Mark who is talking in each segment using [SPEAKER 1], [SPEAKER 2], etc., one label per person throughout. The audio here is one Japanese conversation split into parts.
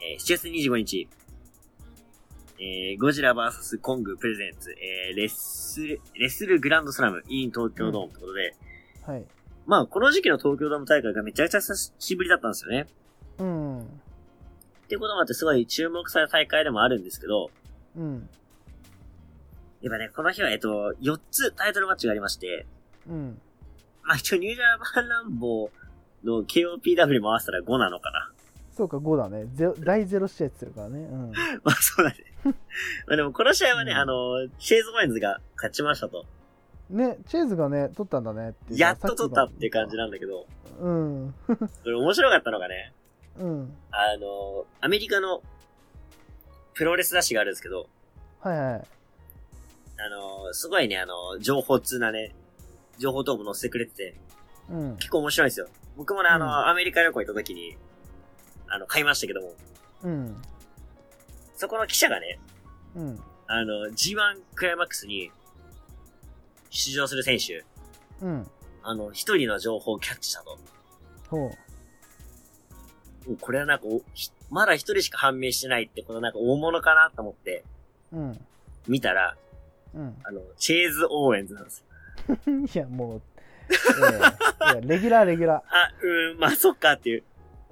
[SPEAKER 1] えー7月25日、えーゴジラ VS コングプレゼンツ、えーレッスル、レッスルグランドスラム in 東京ドームってことで、
[SPEAKER 2] はい。
[SPEAKER 1] まあ、この時期の東京ドーム大会がめちゃくちゃ久しぶりだったんですよね。
[SPEAKER 2] うん。
[SPEAKER 1] っていうこともあって、すごい注目された大会でもあるんですけど、
[SPEAKER 2] うん。
[SPEAKER 1] やっぱね、この日は、えっと、4つタイトルマッチがありまして、
[SPEAKER 2] うん。
[SPEAKER 1] まあ一応ニュージャーマンランボーの KOPW も合わせたら5なのかな。
[SPEAKER 2] そうか、5だね。ゼロ第0試合ってるからね。うん。
[SPEAKER 1] まあそうだね。まあでもこの試合はね、
[SPEAKER 2] うん
[SPEAKER 1] あの、シェーズ・オエンズが勝ちましたと。
[SPEAKER 2] ね、チェーズがね、取ったんだねっていう
[SPEAKER 1] やっと取ったっていう感じ
[SPEAKER 2] だ。
[SPEAKER 1] なんだけど、
[SPEAKER 2] うん。
[SPEAKER 1] これ面白かったのがね、
[SPEAKER 2] うん。
[SPEAKER 1] あの、アメリカのプロレス雑誌があるんですけど、
[SPEAKER 2] はいはい。
[SPEAKER 1] あの、すごいね、あの、情報通なね、情報等も載せてくれてて、
[SPEAKER 2] うん。
[SPEAKER 1] 結構面白いんですよ。僕もね、あの、
[SPEAKER 2] うん
[SPEAKER 1] アメリカ旅行行った時に、あの、買いましたけども、
[SPEAKER 2] うん。
[SPEAKER 1] そこの記者がね、
[SPEAKER 2] うん。
[SPEAKER 1] あの、G1 クライマックスに出場する選手、
[SPEAKER 2] うん。
[SPEAKER 1] あの、一人の情報をキャッチしたと。
[SPEAKER 2] ほう。
[SPEAKER 1] もうこれはなんかお、ひまだ一人しか判明してないって、このなんか大物かなと思って
[SPEAKER 2] うん。
[SPEAKER 1] 見たら、
[SPEAKER 2] うん。
[SPEAKER 1] あの、チェーズ・オーエンズなんですよ。
[SPEAKER 2] いや、もう、ええいやレギュラー、レギュラ
[SPEAKER 1] あ、うーん、まあ、そっかっていう。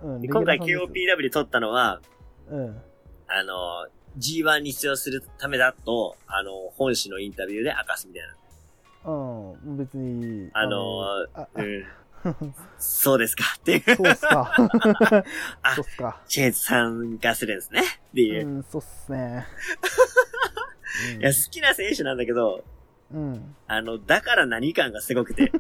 [SPEAKER 2] ー。うん、
[SPEAKER 1] で 今回
[SPEAKER 2] レギュラーさんです
[SPEAKER 1] KOPW 取ったのは、
[SPEAKER 2] うん。
[SPEAKER 1] あの、G1 に出場するためだと、あの、本誌のインタビューで明かすみたいな。
[SPEAKER 2] うん、別に。
[SPEAKER 1] あの
[SPEAKER 2] あ
[SPEAKER 1] う
[SPEAKER 2] あ
[SPEAKER 1] ん。 そうですかっていう。
[SPEAKER 2] そうっすか。
[SPEAKER 1] あ
[SPEAKER 2] そうっすか。
[SPEAKER 1] チェーズ参加するんですね。っていうう。
[SPEAKER 2] ん、そうっすね。う ん
[SPEAKER 1] いや、好きな選手なんだけど、
[SPEAKER 2] うん。
[SPEAKER 1] あの、だから何感がすごく て。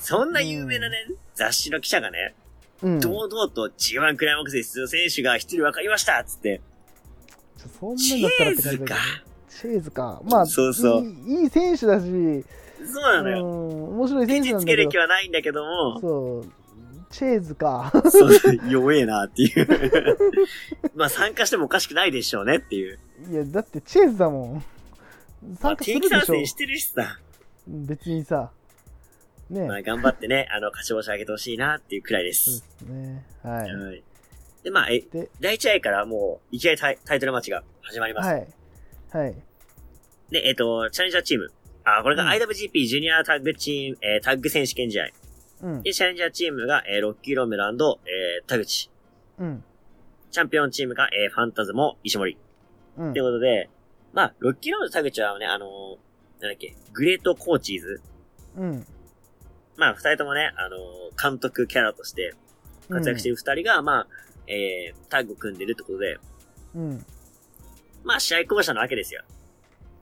[SPEAKER 1] そんな有名なね、雑誌の記者がね、
[SPEAKER 2] うん。
[SPEAKER 1] 堂々と G1 クライマックスで出場選手が一人分かりましたっつって、
[SPEAKER 2] ちょそん
[SPEAKER 1] チ
[SPEAKER 2] なんだったら
[SPEAKER 1] ェ
[SPEAKER 2] っ
[SPEAKER 1] ーズ
[SPEAKER 2] て感じだ
[SPEAKER 1] か
[SPEAKER 2] けどね。チェーズか。まあ、
[SPEAKER 1] そうそう
[SPEAKER 2] いいいい選手だし、うん、
[SPEAKER 1] そうなのよ。
[SPEAKER 2] 面白い
[SPEAKER 1] 手
[SPEAKER 2] 選手
[SPEAKER 1] に
[SPEAKER 2] なん
[SPEAKER 1] つ
[SPEAKER 2] だ
[SPEAKER 1] け
[SPEAKER 2] け
[SPEAKER 1] る
[SPEAKER 2] ど
[SPEAKER 1] 気。はないんだけども、
[SPEAKER 2] そう。チェーズか。
[SPEAKER 1] そう弱えなっていう。 まあ参加してもおかしくないでしょうねっていう。
[SPEAKER 2] いや、だってチェーズだもん。
[SPEAKER 1] まあ
[SPEAKER 2] 参加す
[SPEAKER 1] 定
[SPEAKER 2] る
[SPEAKER 1] 期参
[SPEAKER 2] でしょ
[SPEAKER 1] 戦。してるしさ、
[SPEAKER 2] 別にさ。ね
[SPEAKER 1] まあ頑張ってね、あの、勝ち星上げてほしいなっていうくらいで
[SPEAKER 2] そう
[SPEAKER 1] す。
[SPEAKER 2] ですね。はい。
[SPEAKER 1] はい。で、まあ、え
[SPEAKER 2] で、
[SPEAKER 1] 第1試合からもう、いきなりタイタイトルマッチが始まります。
[SPEAKER 2] はい。はい。
[SPEAKER 1] で、えっ、と、チャレンジャーチーム。あ、これが
[SPEAKER 2] うん
[SPEAKER 1] IWGP ジュニアタッグチーム、えータッグ選手権試合。
[SPEAKER 2] うん。
[SPEAKER 1] で、チャレンジャーチームが、えーロッキーロメルえー、田口。
[SPEAKER 2] うん。
[SPEAKER 1] チャンピオンチームが、えーファンタズモ、石森。
[SPEAKER 2] うん
[SPEAKER 1] って。ことで、まあ、ロッキーロメル田口はね、あのーなんだっけ、グレートコーチーズ。
[SPEAKER 2] うん。
[SPEAKER 1] まあ、二人ともね、あのー監督キャラとして活躍している二人が、まあ、えー、タッグを組んでるってことで、
[SPEAKER 2] うん。
[SPEAKER 1] まあ、試合巧者なわけですよ。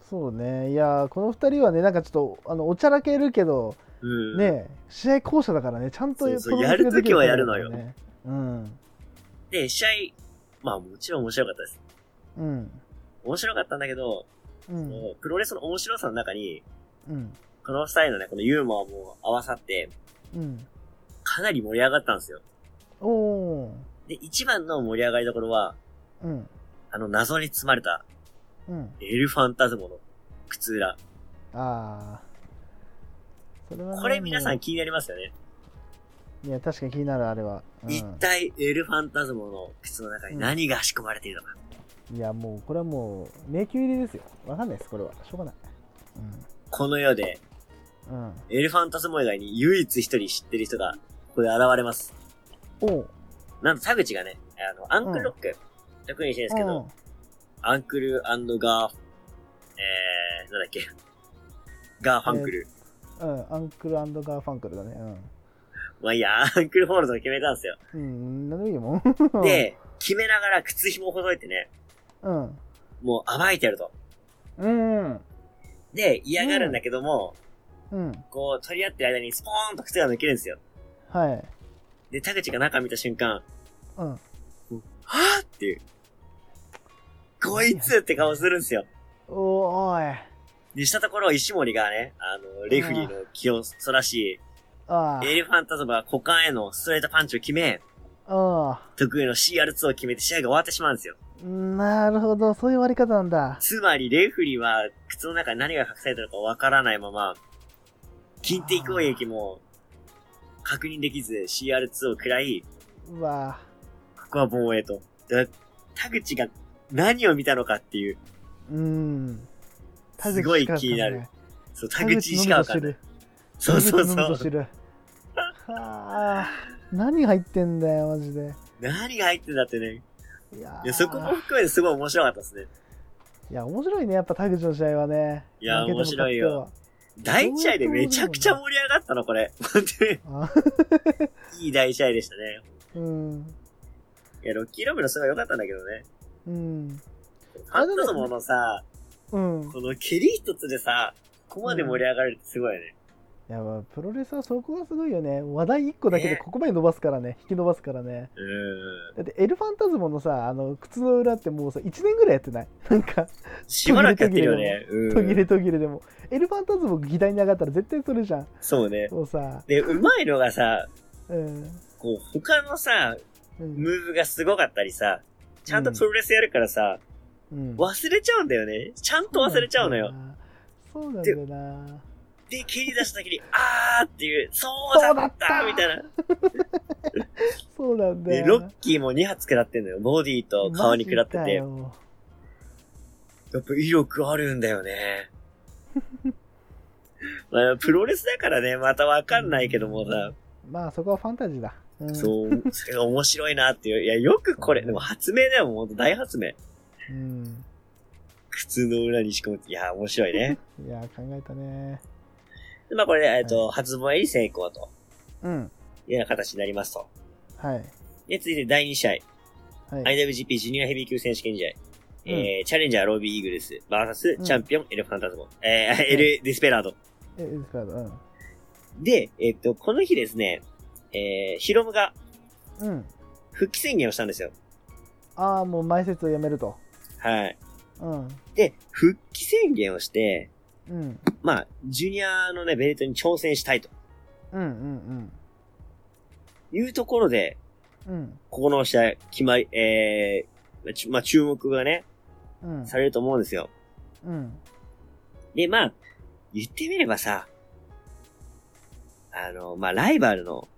[SPEAKER 2] そうね。いやー、この二人はね、なんかちょっと、あの、おちゃらけるけど、
[SPEAKER 1] うん。
[SPEAKER 2] ね、試合巧者だからね、ちゃんと
[SPEAKER 1] そうそう
[SPEAKER 2] プロレスができ
[SPEAKER 1] やるときはやるのよ
[SPEAKER 2] からねうん。
[SPEAKER 1] で、試合、まあ、もちろん面白かったです。
[SPEAKER 2] うん。
[SPEAKER 1] 面白かったんだけど、
[SPEAKER 2] うん。
[SPEAKER 1] もうプロレスの面白さの中に、
[SPEAKER 2] うん。
[SPEAKER 1] この二人のね、このユーモアも合わさって、
[SPEAKER 2] うん。
[SPEAKER 1] かなり盛り上がったんですよ。
[SPEAKER 2] おー。
[SPEAKER 1] で、一番の盛り上がりどころは、
[SPEAKER 2] うん。
[SPEAKER 1] あの、謎に包まれた、
[SPEAKER 2] うん。
[SPEAKER 1] エルファンタズモの靴裏。
[SPEAKER 2] あー。それはね
[SPEAKER 1] これ皆さん
[SPEAKER 2] も
[SPEAKER 1] 気になりますよね。
[SPEAKER 2] ういや、確かに気になる、あれは。うん
[SPEAKER 1] 一体、エルファンタズモの靴の中に何が仕込まれているのか。
[SPEAKER 2] いや、もう、これはもう、迷宮入りですよ。わかんないです、これは。しょうがない。
[SPEAKER 1] この世で、
[SPEAKER 2] うん。うん。
[SPEAKER 1] エルファンタズモ以外に唯一一人知ってる人が、ここで現れます。
[SPEAKER 2] おう。
[SPEAKER 1] なんと、田口がね、あの、アンクルロック、得意にしてるんですけど、アンクルガー、えー、なんだっけ、ガーファンクル。
[SPEAKER 2] うん。うん。アンクルガーファンクルだね。うん。
[SPEAKER 1] まあいいや、アンクルホールドを決めたんですよ。
[SPEAKER 2] うん、なんでもいい よ、もう。、
[SPEAKER 1] で、決めながら靴紐をほどいてね、
[SPEAKER 2] うん。
[SPEAKER 1] もう甘えてやると。
[SPEAKER 2] うん。
[SPEAKER 1] で、嫌がるんだけども、
[SPEAKER 2] うん。
[SPEAKER 1] こう、取り合ってる間にスポーンと靴が抜けるんですよ。
[SPEAKER 2] はい。
[SPEAKER 1] で、田口が中見た瞬間、
[SPEAKER 2] うん。
[SPEAKER 1] はぁっていう。こいつって顔するんですよ。
[SPEAKER 2] おーおい。
[SPEAKER 1] で、したところ、石森がね、あの、レフリーの気をそらし、
[SPEAKER 2] あ
[SPEAKER 1] エレファンタズムが股間へのストレートパンチを決め、
[SPEAKER 2] あ。あ
[SPEAKER 1] 得意の CR2 を決めて試合が終わってしまうんですよ。
[SPEAKER 2] あ。なるほど、そういう割り方なんだ。
[SPEAKER 1] つまり、レフリーは、靴の中に何が隠されてるのかわからないまま、近敵攻撃も、確認できず、CR2 を食らい、
[SPEAKER 2] うわ
[SPEAKER 1] ここは防衛と。で田口が何を見たのかっていう、
[SPEAKER 2] うん。
[SPEAKER 1] すごい気になる。そう、田口しかわかんない。
[SPEAKER 2] い。
[SPEAKER 1] そうそうそ
[SPEAKER 2] 田口のみと
[SPEAKER 1] う。
[SPEAKER 2] 知る。はあ、何入ってんだよ、マジで。
[SPEAKER 1] 何が入ってんだってね。
[SPEAKER 2] いやー
[SPEAKER 1] いや、そこも含めてすごい面白かったですね。
[SPEAKER 2] いや、面白いね、やっぱ田口の試合はね。
[SPEAKER 1] いやー
[SPEAKER 2] 負けても勝っても。
[SPEAKER 1] 第一試合でめちゃくちゃ盛り上がったの、これ。 本当に
[SPEAKER 2] あ
[SPEAKER 1] いい第一試合でしたね。
[SPEAKER 2] うん。
[SPEAKER 1] いや、ロッキーロブのすごい良かったんだけどね。
[SPEAKER 2] うん。
[SPEAKER 1] ファントズモのさ、
[SPEAKER 2] うん。
[SPEAKER 1] この蹴り一つでさ、ここまで盛り上がれるってすごいよね。
[SPEAKER 2] いや、まあプロレスはそこがすごいよね。話題1個だけで
[SPEAKER 1] ね
[SPEAKER 2] ここまで伸ばすからね。引き伸ばすからね。
[SPEAKER 1] うーん。
[SPEAKER 2] だって、エルファンタズモのさ、あの、靴の裏ってもうさ、1年ぐらいやってないなんか、
[SPEAKER 1] しばらくやってるよね。うん。
[SPEAKER 2] 途切れ途切れでも。エルファンタズモ議題に上がったら絶対それじゃん。
[SPEAKER 1] そうね。
[SPEAKER 2] もうさ、
[SPEAKER 1] で、うまいのがさ、
[SPEAKER 2] うん。
[SPEAKER 1] こう、他のさ、
[SPEAKER 2] うん
[SPEAKER 1] ム。ーブがすごかったりさ、ちゃんとプロレスやるからさ、
[SPEAKER 2] うん
[SPEAKER 1] 忘れちゃうんだよね。ちゃんと忘れちゃうのよ。。
[SPEAKER 2] そうなんだよな。
[SPEAKER 1] で、蹴り出した時に、あーっていう、そうだった
[SPEAKER 2] そうだった
[SPEAKER 1] みたいな。
[SPEAKER 2] そうなんだ
[SPEAKER 1] で、
[SPEAKER 2] よ。
[SPEAKER 1] ロッキーも2発食らってんのよ。ボディと顔に食らって
[SPEAKER 2] マ
[SPEAKER 1] て。
[SPEAKER 2] ジだ
[SPEAKER 1] や
[SPEAKER 2] よ
[SPEAKER 1] っぱ威力あるんだよね。 まあ、プロレスだからね、またわかんないけどもさ、
[SPEAKER 2] まあ、そこはファンタジーだ。うん、
[SPEAKER 1] そう、それが面白いなっていう。いや、よくこれ、でも発明だよ、もう大発明。
[SPEAKER 2] うん。
[SPEAKER 1] 靴の裏に仕込む。いや、面白いね。
[SPEAKER 2] いや、考えたね。
[SPEAKER 1] でまあこれで、えっと、初防衛に成功と
[SPEAKER 2] うん。
[SPEAKER 1] いうような形になりますと。
[SPEAKER 2] はい。
[SPEAKER 1] で、続いて第2試合、
[SPEAKER 2] はい。
[SPEAKER 1] IWGP ジュニアヘビー級選手権試合、
[SPEAKER 2] うん
[SPEAKER 1] えー、チャレンジャーロビーイーグルス、バーサス
[SPEAKER 2] うん
[SPEAKER 1] チャンピオン、エルファンタズモ、えー、エル・ディスペラード。
[SPEAKER 2] え、エルファンタズモ
[SPEAKER 1] で、えっと、この日ですね、えー、ヒロムが
[SPEAKER 2] うん。うん。
[SPEAKER 1] 復帰宣言をしたんですよ。
[SPEAKER 2] ああ、もう前説をやめると。
[SPEAKER 1] はい。
[SPEAKER 2] うん。
[SPEAKER 1] で、復帰宣言をして、
[SPEAKER 2] うん。
[SPEAKER 1] まあ、ジュニアのね、ベルトに挑戦したいと
[SPEAKER 2] うんうん
[SPEAKER 1] いうところで、
[SPEAKER 2] うん。うん。
[SPEAKER 1] ここの試合、決まり、えー、ちまあ、注目がね、
[SPEAKER 2] うん。
[SPEAKER 1] されると思うんですよ。
[SPEAKER 2] うん。
[SPEAKER 1] で、まあ、言ってみればさ、あの、まあ、ライバルの、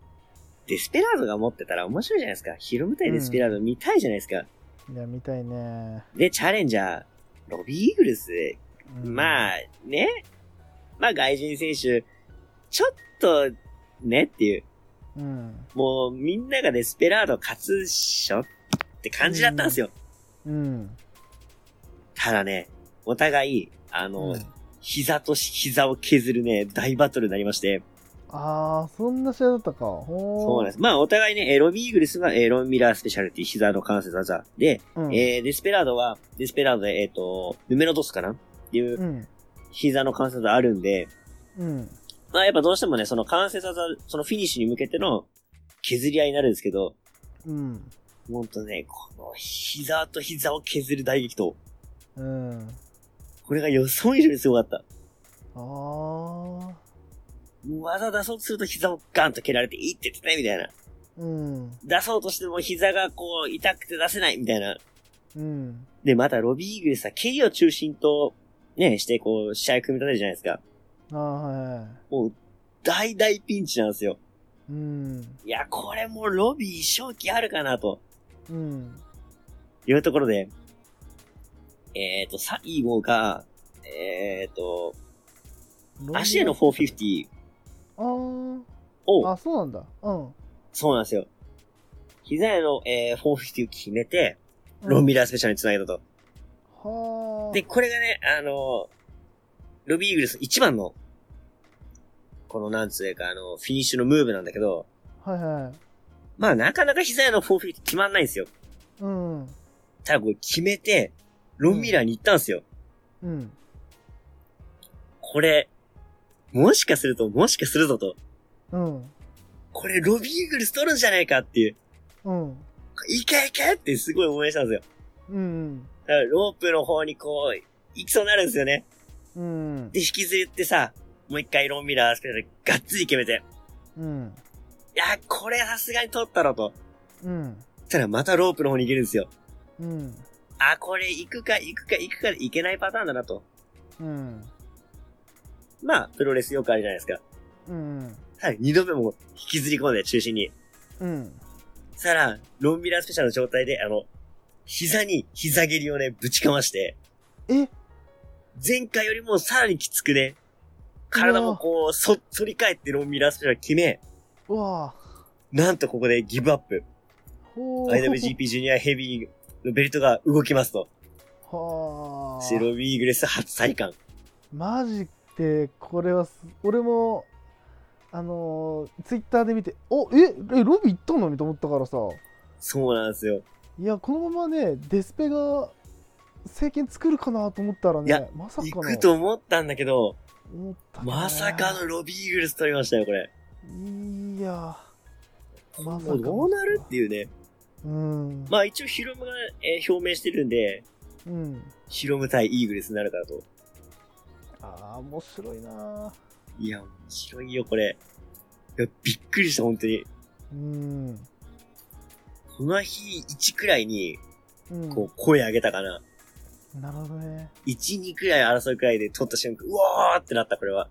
[SPEAKER 1] デスペラードが持ってたら面白いじゃないですか。ヒロム対デスペラード見たいじゃないですか。
[SPEAKER 2] いや、見たいね。
[SPEAKER 1] で、チャレンジャー、ロビーイーグルス、ま
[SPEAKER 2] あ。
[SPEAKER 1] あ、ね。まあ、外人選手、ちょっと、ねっていう。
[SPEAKER 2] うん。
[SPEAKER 1] もう、みんながデスペラード勝つっしょって感じだったんですよ。
[SPEAKER 2] うん。
[SPEAKER 1] ただね、お互い、あの、
[SPEAKER 2] うん
[SPEAKER 1] 膝と膝を削るね、大バトルになりまして。
[SPEAKER 2] ああ、そんな試合だったか。
[SPEAKER 1] そう
[SPEAKER 2] ほ
[SPEAKER 1] なんで
[SPEAKER 2] ー
[SPEAKER 1] す。まあ、お互いね、えーロビーイーグルスは、えーロンミラースペシャルティ、膝の関節技。で、
[SPEAKER 2] うん
[SPEAKER 1] えーデスペラードは、デスペラードで、えっ、と、ヌメロドスかなっていうう、
[SPEAKER 2] ん。
[SPEAKER 1] 膝の関節技あるんで、
[SPEAKER 2] うん。
[SPEAKER 1] まあ、やっぱどうしてもね、その関節技、そのフィニッシュに向けての削り合いになるんですけど、
[SPEAKER 2] うん。
[SPEAKER 1] ほんとね、この膝と膝を削る大激闘。
[SPEAKER 2] うん。
[SPEAKER 1] これが予想以上にすごかった。
[SPEAKER 2] ああ。
[SPEAKER 1] 技出そうとすると膝をガンと蹴られて、いってってね、みたいな。
[SPEAKER 2] うん。
[SPEAKER 1] 出そうとしても膝がこう、痛くて出せない、みたいな。
[SPEAKER 2] うん。
[SPEAKER 1] で、またロビーイーグルスは、蹴りを中心と、ね、して、こう、試合組み立てるじゃないですか。
[SPEAKER 2] ああ、はいはい。
[SPEAKER 1] もう、大大ピンチなんですよ。
[SPEAKER 2] うん。
[SPEAKER 1] いや、これもうロビー勝機あるかな、と
[SPEAKER 2] うん。
[SPEAKER 1] いうところで、えっ、ー、と、サイゴが、えっ、ー、と、足への450
[SPEAKER 2] ああ。
[SPEAKER 1] を、
[SPEAKER 2] あ、そうなんだ。うん。
[SPEAKER 1] そうなんですよ。膝への、えー、450を決めて、ロンミラースペシャルに繋げたと。
[SPEAKER 2] うん。はあ。
[SPEAKER 1] で、これがね、あの、ロビーイーグルス一番の、この、なんつうか、あの、フィニッシュのムーブなんだけど、
[SPEAKER 2] はいはい。
[SPEAKER 1] まあ、なかなか膝へのフォーフィーって決まんないんですよ。
[SPEAKER 2] うん。
[SPEAKER 1] ただこれ決めて、ロンミラーに行ったんですよ。
[SPEAKER 2] うん。
[SPEAKER 1] これ、もしかすると、もしかするぞと。
[SPEAKER 2] うん。
[SPEAKER 1] これ、ロビーイーグルス取るんじゃないかっていう。
[SPEAKER 2] うん。
[SPEAKER 1] いけいけってすごい応援したんですよ。
[SPEAKER 2] うん。
[SPEAKER 1] だからロープの方にこう、行きそうになるんですよね。
[SPEAKER 2] うん。
[SPEAKER 1] で、引きずってさ、もう一回ロンミラースペシャルでがっつり決めて。
[SPEAKER 2] うん。
[SPEAKER 1] いや、これさすがに取ったろと。
[SPEAKER 2] うん。
[SPEAKER 1] そしたらまたロープの方に行けるんですよ。
[SPEAKER 2] うん。
[SPEAKER 1] あ、これ行くか行くか行くかで行けないパターンだなと。
[SPEAKER 2] うん。
[SPEAKER 1] まあ、プロレスよくあるじゃないですか。
[SPEAKER 2] うん。
[SPEAKER 1] はい、二度目も引きずり込んで、中心に。
[SPEAKER 2] うん。
[SPEAKER 1] さら、ロンビラースペシャルの状態で、あの、膝に膝蹴りをね、ぶちかまして、
[SPEAKER 2] え
[SPEAKER 1] 前回よりもさらにきつくね、体もこう、そ、反り返ってロンミラースペシャル決め、
[SPEAKER 2] うわぁ。
[SPEAKER 1] なんとここでギブアップ。
[SPEAKER 2] ほ
[SPEAKER 1] IWGP ジュニアヘビーのベルトが動きますと。
[SPEAKER 2] は
[SPEAKER 1] シェ
[SPEAKER 2] ぁ。
[SPEAKER 1] ロビーグレス初再感。
[SPEAKER 2] マジで、これはす、俺も、あのー、ツイッターで見て、お、え、え、ロビー行ったのにと思ったからさ。
[SPEAKER 1] そうなんですよ。
[SPEAKER 2] いや、このままね、デスペが政権作るかなと思ったら
[SPEAKER 1] いや
[SPEAKER 2] ね、まさか
[SPEAKER 1] 行
[SPEAKER 2] の。
[SPEAKER 1] くと思ったんだけど、
[SPEAKER 2] 思ったね
[SPEAKER 1] まさかのロビーグレス取りましたよ、これ。
[SPEAKER 2] いやー、まさ
[SPEAKER 1] もうどうなるっていうね。
[SPEAKER 2] うん。
[SPEAKER 1] まあ一応ヒロムが、えー表明してるんで、
[SPEAKER 2] うん。
[SPEAKER 1] ヒロム対イーグレスになるかなと。
[SPEAKER 2] ああ、面白いなー
[SPEAKER 1] いや、面白いよ、これ。いやびっくりした、本当に。
[SPEAKER 2] うん。
[SPEAKER 1] この日1くらいに、
[SPEAKER 2] うん。
[SPEAKER 1] こう、声上げたかな。
[SPEAKER 2] なるほどね。
[SPEAKER 1] 1、2くらい争うくらいで取った瞬間、うわーってなった、これは。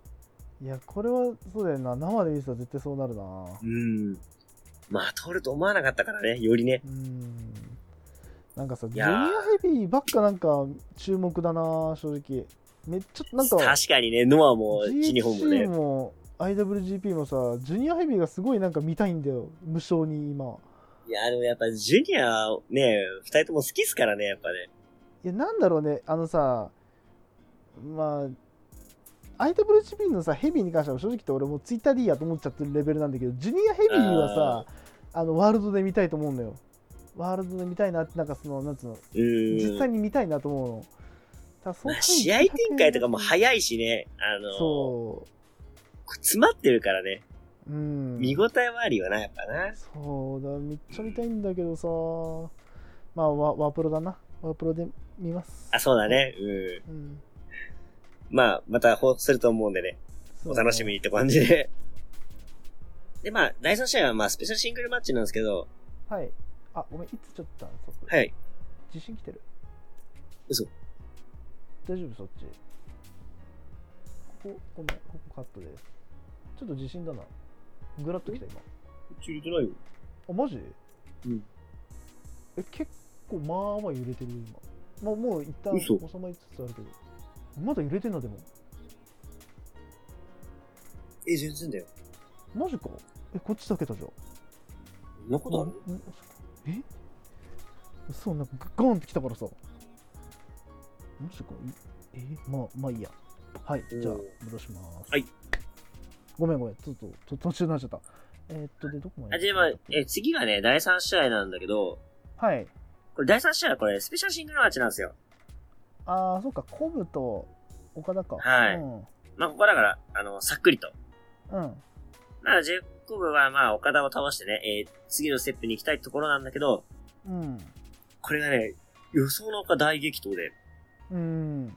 [SPEAKER 2] いや、これはそうだよな。生で見てたら絶対そうなるなー
[SPEAKER 1] うん。まあ、取ると思わなかったからね、よりね。
[SPEAKER 2] うん。なんかさ、ジュ
[SPEAKER 1] や
[SPEAKER 2] ニ
[SPEAKER 1] ー
[SPEAKER 2] アヘビーばっかなんか注目だなー正直。めっちゃ、なんか、
[SPEAKER 1] 確かにね、ノアも、チニホンも
[SPEAKER 2] GHC
[SPEAKER 1] ね。
[SPEAKER 2] も IWGP もさ、ジュニアヘビーがすごいなんか見たいんだよ。無償に今。
[SPEAKER 1] いや、でもやっぱ、ジュニア、ね、二人とも好きっすからね、やっぱね。
[SPEAKER 2] いや、なんだろうね、あのさ、まあ、IWGP のさ、ヘビーに関しては正直言って俺もツイッターでいいやと思っちゃってるレベルなんだけど、ジュニアヘビーはさ、あの、ワールドで見たいと思うのよ。ワールドで見たいなって、なんかその、なんつうの、
[SPEAKER 1] うー
[SPEAKER 2] 実際
[SPEAKER 1] ん。
[SPEAKER 2] に見たいなと思うの。ただその
[SPEAKER 1] まあ、
[SPEAKER 2] 回
[SPEAKER 1] 試合展開とかも早いしね、あの、
[SPEAKER 2] そ
[SPEAKER 1] 詰まってるからね、
[SPEAKER 2] う。うん。
[SPEAKER 1] 見応えはあるよな、やっぱな。
[SPEAKER 2] そうだ、めっちゃ見たいんだけどさ、まあ、ワワープロだな。ワープロで見ます。
[SPEAKER 1] あ、そうだね、うん。
[SPEAKER 2] うん。
[SPEAKER 1] まあ、また放送すると思うんでね、
[SPEAKER 2] そう
[SPEAKER 1] お
[SPEAKER 2] だね
[SPEAKER 1] 楽しみにって感じで。で、まあ、第3試合は、まあ、スペシャルシングルマッチなんですけど、
[SPEAKER 2] はい。あ、ごめん、いつちょっとだそこ
[SPEAKER 1] はい。
[SPEAKER 2] 地震来てる。
[SPEAKER 1] 嘘。
[SPEAKER 2] 大丈夫、そっち。ここ、ごめん、ここカットです。ちょっと地震だな。ぐらっときた、今。
[SPEAKER 1] ち入れてないよ。
[SPEAKER 2] あ、マジ
[SPEAKER 1] うん。
[SPEAKER 2] え、結構、まあまあ揺れてるよ、今。まあ、もう一旦収
[SPEAKER 1] 嘘
[SPEAKER 2] まりつつあるけど。まだ揺れてんの、でも。
[SPEAKER 1] え、全然だよ。
[SPEAKER 2] マジか。え、こっちだけだじゃん。
[SPEAKER 1] そんなことある
[SPEAKER 2] うんえそうなんかガーンってきたからさもしかえまあまあいいやはい
[SPEAKER 1] うん
[SPEAKER 2] じゃあ戻します
[SPEAKER 1] はい
[SPEAKER 2] ごめんごめんちょっとと途中になっちゃったえーっとでどこまで
[SPEAKER 1] あ、じゃあ、まあ、え、次がね、第3試合なんだけど、
[SPEAKER 2] はい
[SPEAKER 1] これ第3試合はこれ、スペシャルシングルマッチなんですよ。
[SPEAKER 2] ああそうかコブと岡田か
[SPEAKER 1] はい
[SPEAKER 2] うん、
[SPEAKER 1] まあ、ここはだから、あの、さっくりと。
[SPEAKER 2] うん、
[SPEAKER 1] まあ、ジェコブは、まあ、岡田を倒してね、えー次のステップに行きたいところなんだけど、
[SPEAKER 2] うん
[SPEAKER 1] これがね、予想のほか大激闘で、や
[SPEAKER 2] うん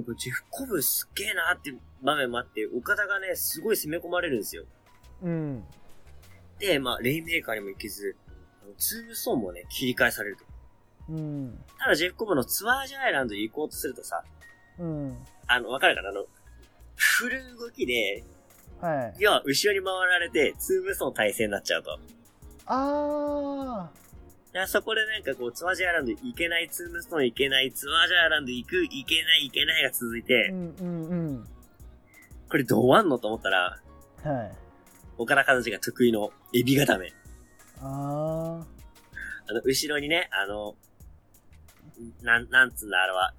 [SPEAKER 1] っぱジェフコブすっげえなって場面もあって、岡田がね、すごい攻め込まれるんですよ。
[SPEAKER 2] うん
[SPEAKER 1] で、まあ、レインメーカーにも行けず、あのツームストーンもね、切り返されると。
[SPEAKER 2] うん
[SPEAKER 1] ただ、ジェフコブのツアージアイランドに行こうとするとさ、
[SPEAKER 2] うん
[SPEAKER 1] あの、わかるかなあの、振る動きで、
[SPEAKER 2] はい
[SPEAKER 1] 要は後ろに回られて、ツームストーン体勢になっちゃうと。
[SPEAKER 2] あ
[SPEAKER 1] いや、そこでなんかこう、ツアージャーランド行けない、ツームストーン行けない、ツアージャーランド行く、行けない、行けないが続い
[SPEAKER 2] ーう
[SPEAKER 1] て、
[SPEAKER 2] んうんうん
[SPEAKER 1] これどうあんのと思ったら、
[SPEAKER 2] はい
[SPEAKER 1] 岡田和志が得意のエビ固め。
[SPEAKER 2] ああ
[SPEAKER 1] あの、後ろにね、あの、なん、なんつうんだ、あれは、あ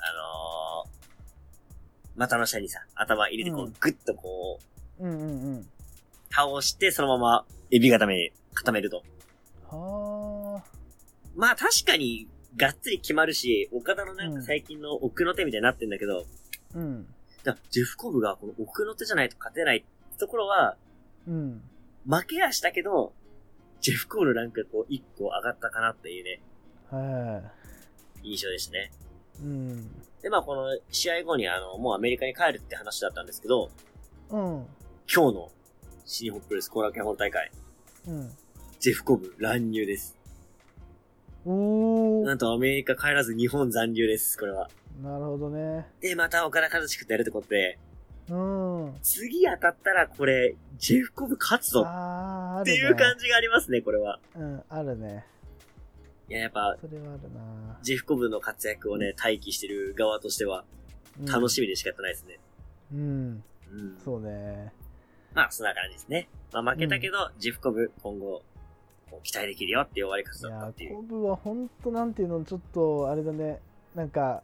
[SPEAKER 1] のー、股の下にさ、頭入れてこ
[SPEAKER 2] う
[SPEAKER 1] う、
[SPEAKER 2] ん
[SPEAKER 1] ぐっとこう、
[SPEAKER 2] うんうんうん
[SPEAKER 1] 倒して、そのままエビ固めに固めると。
[SPEAKER 2] はあ
[SPEAKER 1] まあ確かに、がっつり決まるし、岡田のなんか最近の奥の手みたいになってんだけど、
[SPEAKER 2] うん
[SPEAKER 1] だジェフコブがこの奥の手じゃないと勝てないってところは、
[SPEAKER 2] うん
[SPEAKER 1] 負けはしたけど、ジェフコブのランクがこう一個上がったかなっていうね、
[SPEAKER 2] は
[SPEAKER 1] 印象でしたね。
[SPEAKER 2] い。うん。
[SPEAKER 1] で、まあこの試合後にあの、もうアメリカに帰るって話だったんですけど、
[SPEAKER 2] うん。
[SPEAKER 1] 今日の新日本プロレス後楽園本大会、
[SPEAKER 2] うん。
[SPEAKER 1] ジェフコブ乱入です。
[SPEAKER 2] おお。
[SPEAKER 1] なんとアメリカ帰らず日本残留です、これは。
[SPEAKER 2] なるほどね。
[SPEAKER 1] で、また岡田和志とやるってことで、
[SPEAKER 2] うん。
[SPEAKER 1] 次当たったらこれ、ジェフコブ勝つぞ
[SPEAKER 2] ああー、あるね。
[SPEAKER 1] っていう感じがありますね、これは。
[SPEAKER 2] うん、あるね。
[SPEAKER 1] いや、やっぱ、
[SPEAKER 2] それはあるな
[SPEAKER 1] ジェフコブの活躍をね、待機してる側としては、
[SPEAKER 2] うん
[SPEAKER 1] 楽しみで仕方ないですね。
[SPEAKER 2] うん
[SPEAKER 1] うん。
[SPEAKER 2] そうね
[SPEAKER 1] まあ、そんな感じですね。まあ、負けたけど、ジェフコブ、今後、こう期待できるよっていう終わり
[SPEAKER 2] い
[SPEAKER 1] 方だった
[SPEAKER 2] や
[SPEAKER 1] ってい
[SPEAKER 2] コ
[SPEAKER 1] う。
[SPEAKER 2] ブは本当なんていうのちょっとあれだねなんか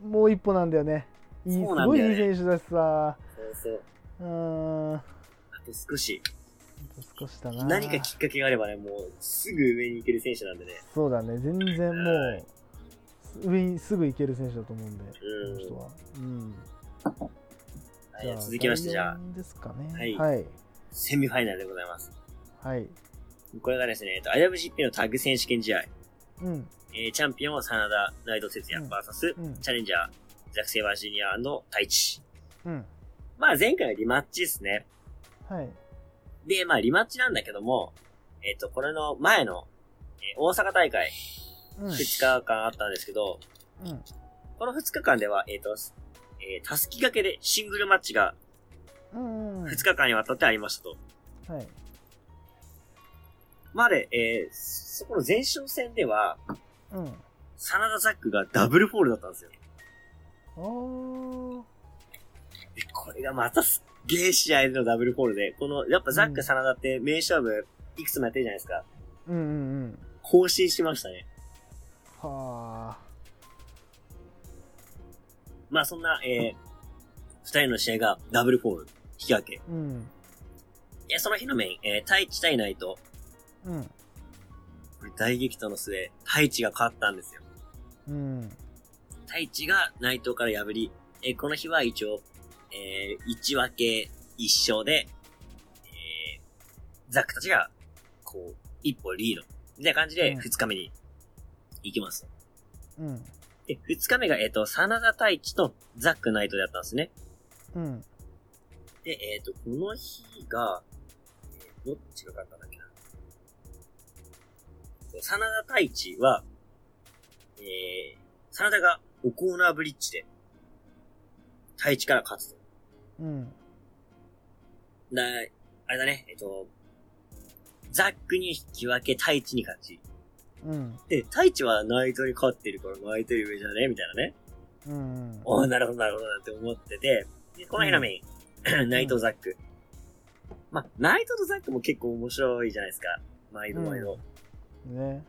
[SPEAKER 2] もう一歩なんだよねいい
[SPEAKER 1] そう
[SPEAKER 2] す
[SPEAKER 1] なん
[SPEAKER 2] ご
[SPEAKER 1] だ
[SPEAKER 2] い
[SPEAKER 1] よ
[SPEAKER 2] い
[SPEAKER 1] ね
[SPEAKER 2] い選手だしさ
[SPEAKER 1] そうそう。
[SPEAKER 2] うーんあ
[SPEAKER 1] あと少し、
[SPEAKER 2] と少しだな
[SPEAKER 1] 何かきっかけがあればね、もう、すぐ上に行ける選手なんでね。
[SPEAKER 2] そうだね全然も
[SPEAKER 1] はいう
[SPEAKER 2] 上にすぐ行ける選手だと思うんで
[SPEAKER 1] うん
[SPEAKER 2] この人はうん
[SPEAKER 1] はい続きまして、じゃあ、
[SPEAKER 2] 第四ですかね
[SPEAKER 1] はい
[SPEAKER 2] はい
[SPEAKER 1] セミファイナルでございます。
[SPEAKER 2] はい
[SPEAKER 1] これがですね、えっと、IWGP のタッグ選手権試合。
[SPEAKER 2] うん
[SPEAKER 1] えーチャンピオン、真田、内藤哲
[SPEAKER 2] う
[SPEAKER 1] 也、
[SPEAKER 2] ん
[SPEAKER 1] VS、
[SPEAKER 2] うん
[SPEAKER 1] チャレンジャー、ザクセイバージュニアの太一。
[SPEAKER 2] うん
[SPEAKER 1] まあ、前回のリマッチですね。
[SPEAKER 2] はい
[SPEAKER 1] で、まあ、リマッチなんだけども、えっ、と、これの前の、えー大阪大会、
[SPEAKER 2] うん
[SPEAKER 1] 2日間あったんですけど、
[SPEAKER 2] うん
[SPEAKER 1] この2日間では、えっ、と、えーたすき掛けでシングルマッチが
[SPEAKER 2] うんうん
[SPEAKER 1] 2日間にわたってありましたと。
[SPEAKER 2] はい
[SPEAKER 1] まあ、で、えーそこの前哨戦では、
[SPEAKER 2] うん
[SPEAKER 1] 真田ザックがダブルフォールだったんですよ。
[SPEAKER 2] ああ
[SPEAKER 1] でこれがまたすっげえ試合でのダブルフォールで、この、やっぱザック、真田って名勝負、いくつもやってるじゃないですか。
[SPEAKER 2] うんうんうん
[SPEAKER 1] 更新しましたね。
[SPEAKER 2] はあ
[SPEAKER 1] まあそんな、えー、二人の試合がダブルフォール、引き分け。
[SPEAKER 2] うん
[SPEAKER 1] で、その日のメイン、えー、太一対ナイト、
[SPEAKER 2] うん
[SPEAKER 1] これ大激闘の末、太一が勝ったんですよ。
[SPEAKER 2] うん
[SPEAKER 1] 太一が内藤から破り、えーこの日は一応、えー、一分け一勝で、えー、ザックたちが、こう、一歩リード。みたいな感じで、
[SPEAKER 2] うん
[SPEAKER 1] 二日目に行きます。
[SPEAKER 2] うん
[SPEAKER 1] で、二日目が、えっ、と、真田太一とザックナイトでやったんですね。
[SPEAKER 2] うん
[SPEAKER 1] で、えっ、と、この日が、えーどっちが勝ったんだっけな。そう真田太一は、えー、真田がおコーナーブリッジで、太一から勝つと。
[SPEAKER 2] うん
[SPEAKER 1] だ、あれだね、えっ、と、ザックに引き分け太一に勝ち。
[SPEAKER 2] うん
[SPEAKER 1] で、太一はナイトに勝ってるからナイトより上じゃねみたいなね。
[SPEAKER 2] うん
[SPEAKER 1] おーなるほど、なるほど、なんて思ってて、でこの日のメイン、 ナイトザック。まあ、ナイトとザックも結構面白いじゃないですか。毎度毎度。
[SPEAKER 2] ね